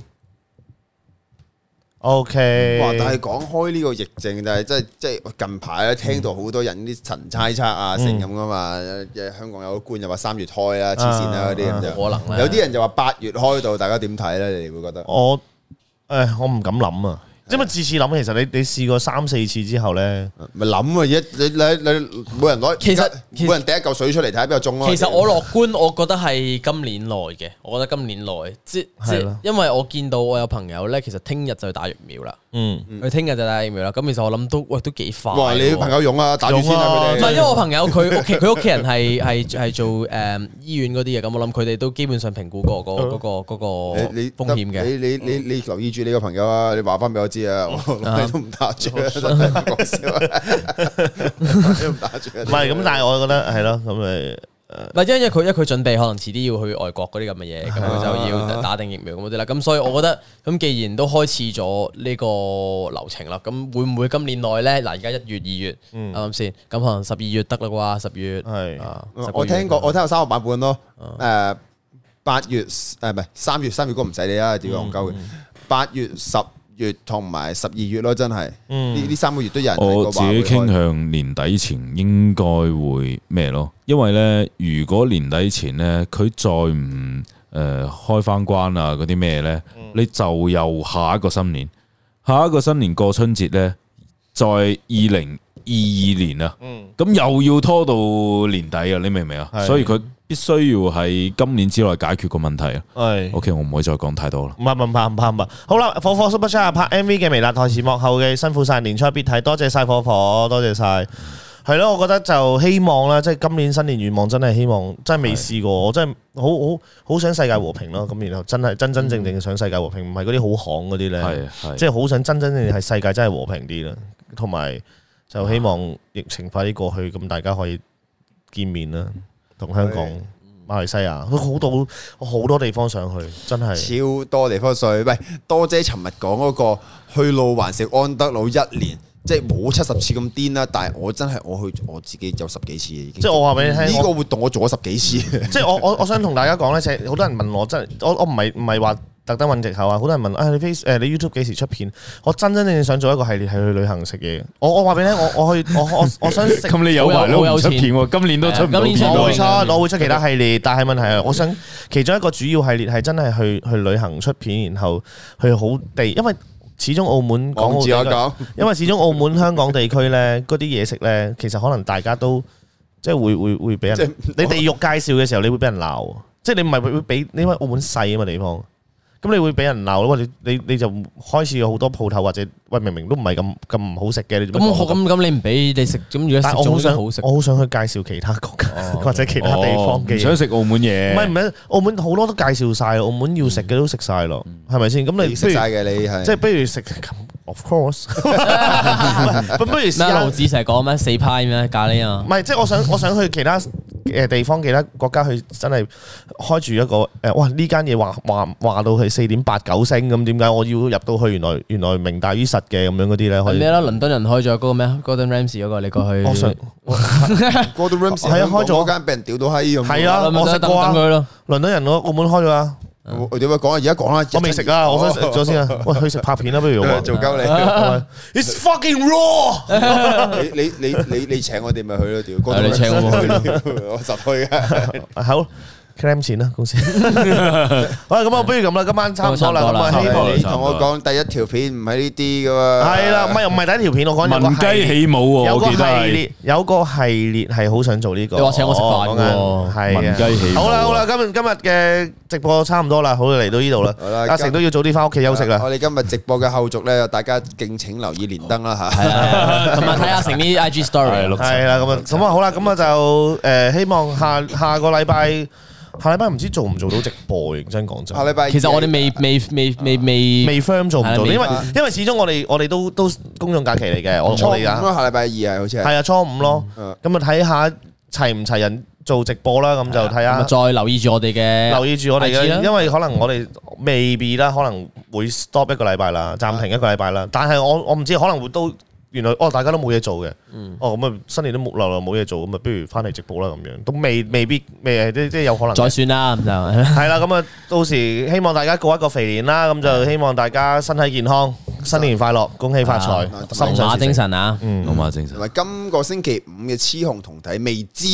A: OK，
B: 哇！但係講開呢個疫症，但係即係即係近排咧，聽到好多人啲神猜測啊，
D: 嗯
B: 成咁噶嘛。誒香港有個官又話三月開啦，黐線啦嗰啲咁就
D: 啊可能啦
B: 有啲人就話八月開到，大家點睇咧？你哋會覺得？
A: 我誒我唔敢諗啊，因為次次諗，其實你你試過三四次之後咧，
B: 咪諗啊！一你你你每人攞，
D: 其實
B: 而家
D: 其實
B: 每人掟一嚿水出嚟睇下邊個中啊咯。
D: 其實我樂觀，我覺得係今年內嘅，我覺得今年內，即
A: 係
D: 即
A: 咯
D: 因為我見到我有朋友咧，其實聽日就去打疫苗啦。
A: 嗯，
D: 佢聽日就打疫苗啦。咁其實我諗都喂都幾快喎。
B: 哇！你啲朋友用啊，打住先
D: 用
B: 啊，佢
D: 唔係因為
B: 哋。
D: 我朋 友佢屋企佢屋企人係係係做誒醫院嗰啲嘢，咁我諗佢哋都基本上評估過嗰嗰個嗰個
B: 你你
D: 風險嘅。嗯
B: 你你你你留意住你個朋友啊！你話翻俾我知啊，我
D: 啊
B: 你都唔打住啊，真係講笑啊，你都唔打住啊。
A: 唔係咁，但係我覺得係咯，咁咪
D: 唔係，因為佢因為佢準備可能遲啲要去外國嗰啲咁嘅
A: 啊
D: 嘢，咁佢就要打定疫苗咁嗰啲啦。咁所以我覺得，咁既然都開始咗呢個流程啦，咁會唔會今年內咧？嗱，而家一月、二
A: 嗯
D: 月，啱唔啱先？咁可能十二月得啦啩，十月係啊，十個
B: 我
C: 嗯
D: 月
B: 聽過，我聽過三個版本咯。
C: 哦
B: 誒，八月誒唔係三月，三月嗰個唔使理啦，屌戇鳩嘅。八月、十月同埋十二月咯，真係
C: 嗯
B: 呢呢三個月都有人提
C: 我
B: 過
C: 自
B: 話
C: 己
B: 會開
C: 傾向年底前應該會咩咯？因為呢，如果年底前呢，佢再唔誒、呃、開翻關啊嗰啲咩呢，你就又下一個新年，下一個新年過春節呢，再二零二二年啊，咁、又要拖到年底啊！你明唔明啊？
A: 係
C: 所以佢必須要喺今年之內解決個問題啊。
A: 係
C: OK，我唔可以再講太多啦。
A: 唔係唔怕唔怕唔怕，好啦，火火 Super Chat 拍 MV 嘅微辣台視幕後嘅辛苦晒，年初必睇，多謝晒火火，多謝晒。係咯，我覺得就希望啦，即係今年新年願望真係希望，真係未試過，我真係好好好想世界和平咯。咁然後真係真真正正想世界和平，唔係嗰啲好行嗰啲咧
C: 係，啊
A: 即係好想真真正正係世界真係和平啲啦。同埋就希
B: 啊
A: 望疫情快啲過去，咁大家可以見面啦，同香港
B: 係、
A: 馬來西亞，佢好到我好多地方想去，真係。
B: 超多地方上去。喂，多姐尋日講嗰個去路環食安德魯一年，即係冇七十次咁癲啦。但係我真係我去我自己有十幾次已經。
A: 即係我話俾你聽
B: 呢
A: 我
B: 個活動我做咗十幾次。
A: 即係我我我想同大家講咧，就係好多人問我真係，我我唔係唔係話特登揾藉口啊！好多人問啊，你 Face 誒你 YouTube 幾時出片？我真真正正想做一個系列係去旅行食嘢嘅。我我話俾你聽，我我去我我我想食。
C: 咁你有排都唔出片喎，今年都出唔到片
A: 我會出，
C: 喎。
A: 我會出其他系列，但係問題係，我想其中一個主要系列係真係去去旅行出片，然後去好地，因為始終澳門港澳
B: 望
A: 地
B: 住我講
A: 區，因為始終澳門香港地區呢，嗰啲嘢食呢，其實可能大家都即係會會會俾
B: 即
A: 人
B: 係，
A: 你地獄介紹嘅時候，你會俾人鬧，即係你唔係會會俾，因為澳門細啊嘛地方。咁你會俾人鬧咯，喂你你你就開始有好多鋪頭或者喂明明都唔係咁咁唔好食嘅，你做乜
D: 咁
A: 講
D: 我咁咁你唔俾你食，咁如
A: 但我
D: 果食
A: 好
D: 咗
A: 想
D: 都好食。
A: 我好想去介紹其他國家 或者其他地方嘅
C: 哦唔
A: 嘢。
C: 想食澳門嘢。
A: 唔係唔係，澳門好多都介紹晒，澳門要食嘅都食晒咯，係咪先？咁你
B: 你食晒嘅你
A: 不如
B: 係
A: 即係不如食 咁，of course，不不如試
D: 咩？啊
A: 下
D: 盧子成日講咩四派咩咖喱啊
A: 唔？係，即係我想我想去其他誒地方、其他國家去，真係開住一個誒、哇！呢間嘢話話話到係四點八九星咁，點解我要入到去？原來原來名大於實嘅咁樣嗰啲咧，可
D: 係
A: 以
D: 咩啦？倫敦人開咗嗰個咩？Gordon 啊 Ramsay 嗰個，你過去
A: 我想
B: Gordon Ramsay
A: 係啊開咗
B: 香港嗰間俾人屌到閪咁。
A: 係啊，
D: 咪
A: 我食
D: 等
A: 過啊
D: 等，佢咯。
A: 倫敦人我澳門開咗啊，
B: 我點解講啊？而家講啦，
A: 我未食啊，我想食咗先啊，喂，去食拍片啦，不如我
B: 做 鳩
A: ，It's fucking raw。
B: 你。你你你你你請我哋咪去咯，屌！
D: 係你請我
B: 去， 我實去 嘅。
A: 啊好 claim 錢啦，公 司。好啦，咁啊，不如咁啦，今晚差唔多啦，
D: 差
A: 咁
D: 唔多啦
A: 啊，
D: 差唔
A: 希
D: 多
A: 望
D: 啦
B: 你同我講第一條片唔係呢啲噶嘛？
A: 係啦，唔係唔係第一條片，我講有個
C: 文雞
A: 系
C: 起舞喎，
A: 有
C: 我
A: 個
C: 記得
A: 系
C: 係
A: 列，有個系列係好想做呢個。
D: 你話請我食飯喎
A: 係啊
C: 文雞起舞啊。
A: 好啦好啦，今日今日嘅直播差唔多啦，好啦嚟到呢度啦
B: 好啦，
A: 阿成都要早啲翻屋企休息啦。
B: 我哋今日直播嘅後續咧，大家敬請留意連登啦
D: 係
B: 嚇。
D: 啊同埋睇下成啲 IG
C: 係
D: story
C: 六。
A: 係啦，咁啊，咁啊，好啦，咁啊就誒，希望下下個禮拜。下禮拜唔知做唔做到直播，認真講真
B: 下。禮拜
D: 其實我哋未未未未未
A: 未 firm 做唔到，
D: 係啦
A: 因為
B: 未
A: 因為始終我哋我哋都都公眾假期嚟嘅，我
B: 初五
A: 我哋啊
B: 啦，下禮拜二係好似係。
A: 係啊初五咯，咁
B: 嗯
A: 啊睇下齊唔齊人做直播啦，咁就睇
D: 咁啊
A: 下
D: 再留意住我哋嘅
A: 留意住我哋
D: IG 啦
A: 嘅，因為可能我哋未必啦，可能會 stop 一個禮拜啦，暫停一個禮拜啦，但係我我唔知可能會都。原來哦，大家都冇嘢做嘅，哦咁啊，新年都冇流流冇嘢做，咁啊，不如翻嚟直播啦咁樣，都未未必未即即有可能嘅。
D: 再算啦，咁就。
A: 系啦，咁啊，到時希望大家過一個肥年啦，咁就希望大家身體健康，新年快樂，恭喜發財，心
D: 神
A: 想
D: 馬
A: 事成
D: 精。神啊！
C: 老馬精神
B: 同。埋今個星期五嘅雌雄同體未知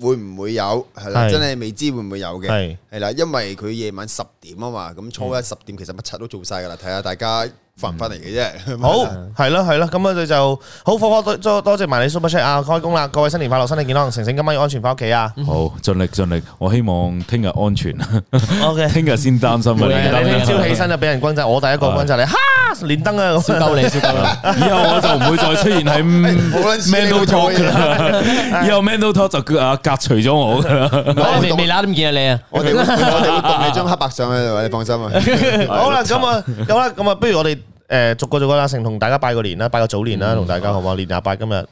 B: 會唔會有係啦，
A: 係
B: 真係未知會唔會有
A: 係嗯
B: 嘅係啦，因為佢夜晚十點啊嘛，咁初一十點其實乜柒都做晒噶啦，睇下大家翻唔翻嚟嘅 啫。
A: 嗯好，係咯係咯，咁我哋就好火火多多多謝埋你 super chat 啊，開工啦，各位新年快樂，身體健康，成成今晚要安全翻屋企啊。
C: 嗯好，盡力盡力，我希望聽日安 全，
A: OK，
C: 聽日先擔心啊，
A: 你
C: 連
A: 聽
C: 登
A: 朝起身就俾人轟炸，我第一個轟炸你，哈，連登生啊，
D: 笑鳩你笑鳩
C: 以後我就唔會再出現喺 Mental Talk 噶 啦，以後 Mental Talk 就叫阿隔除咗我噶 啦。
D: 未未拉都唔見啊你啊！
B: 我哋會我哋會動你張黑白相喺度，你放 心啊。
A: 好啦，咁啊，好啦，咁啊，不如我哋誒逐個逐個啦，成同大家拜個年啦，拜個早年啦，同大家好嘛？年廿八今日。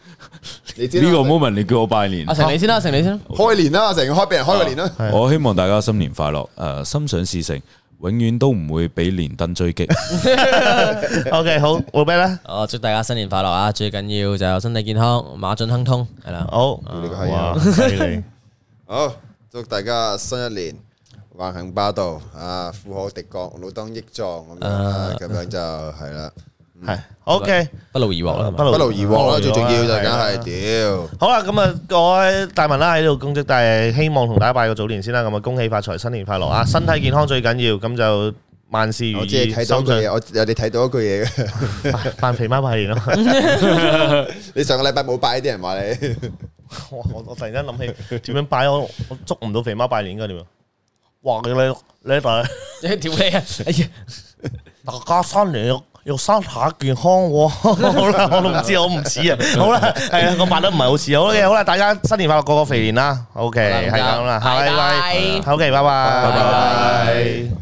B: 你知啦
C: 呢個 moment 你叫我拜年
A: 啊
D: 阿，成你先啦，阿成你先啦。
B: 開年啦，阿成開俾人開個年啦。
C: 我希望大家新年快樂，誒心想事成，永遠都唔會俾連登追擊。
A: O K，好，我咩咧？
D: 我祝大家新年快樂啊！最緊要就身體健康，馬進亨通，係啦。
A: 好，
B: 呢個係啊
A: 哇，犀利！
B: 好，祝大家新一年橫行霸道啊，富可敵國，老當益壯咁樣
A: 啊
B: 啦，咁樣就係啦，
A: 係 O K，
D: 不勞而獲啦，
A: 不
B: 不
A: 勞啊
B: 勞而獲啦，最重要就梗
A: 係
B: 係屌。
A: 好啦，咁啊，我大文啦喺度恭祝，但係希望同大家拜個早年先啦。咁啊，恭喜發財，新年快樂啊！身體健康最緊要，咁就萬事如
B: 我只係
A: 意，
B: 睇到一
A: 心
B: 句
A: 想
B: 嘢，我有你睇到一句嘢 嘅。
A: 扮肥媽拜年咯。
B: 你上個禮拜冇拜啲人話你，
A: 我我我突然間諗起點樣拜我，我捉唔到肥媽拜年㗎點啊？哇！你你你大
D: 你條你啊！哎呀，
A: 大家新年要要身體健康喎。 好啦，我都唔知，我唔似啊。好啦，係啊，我扮得唔係好似。好嘅，好啦，大家新年快樂，個個肥年啦。OK，係咁啦，下禮拜。OK，拜拜。
B: 拜拜。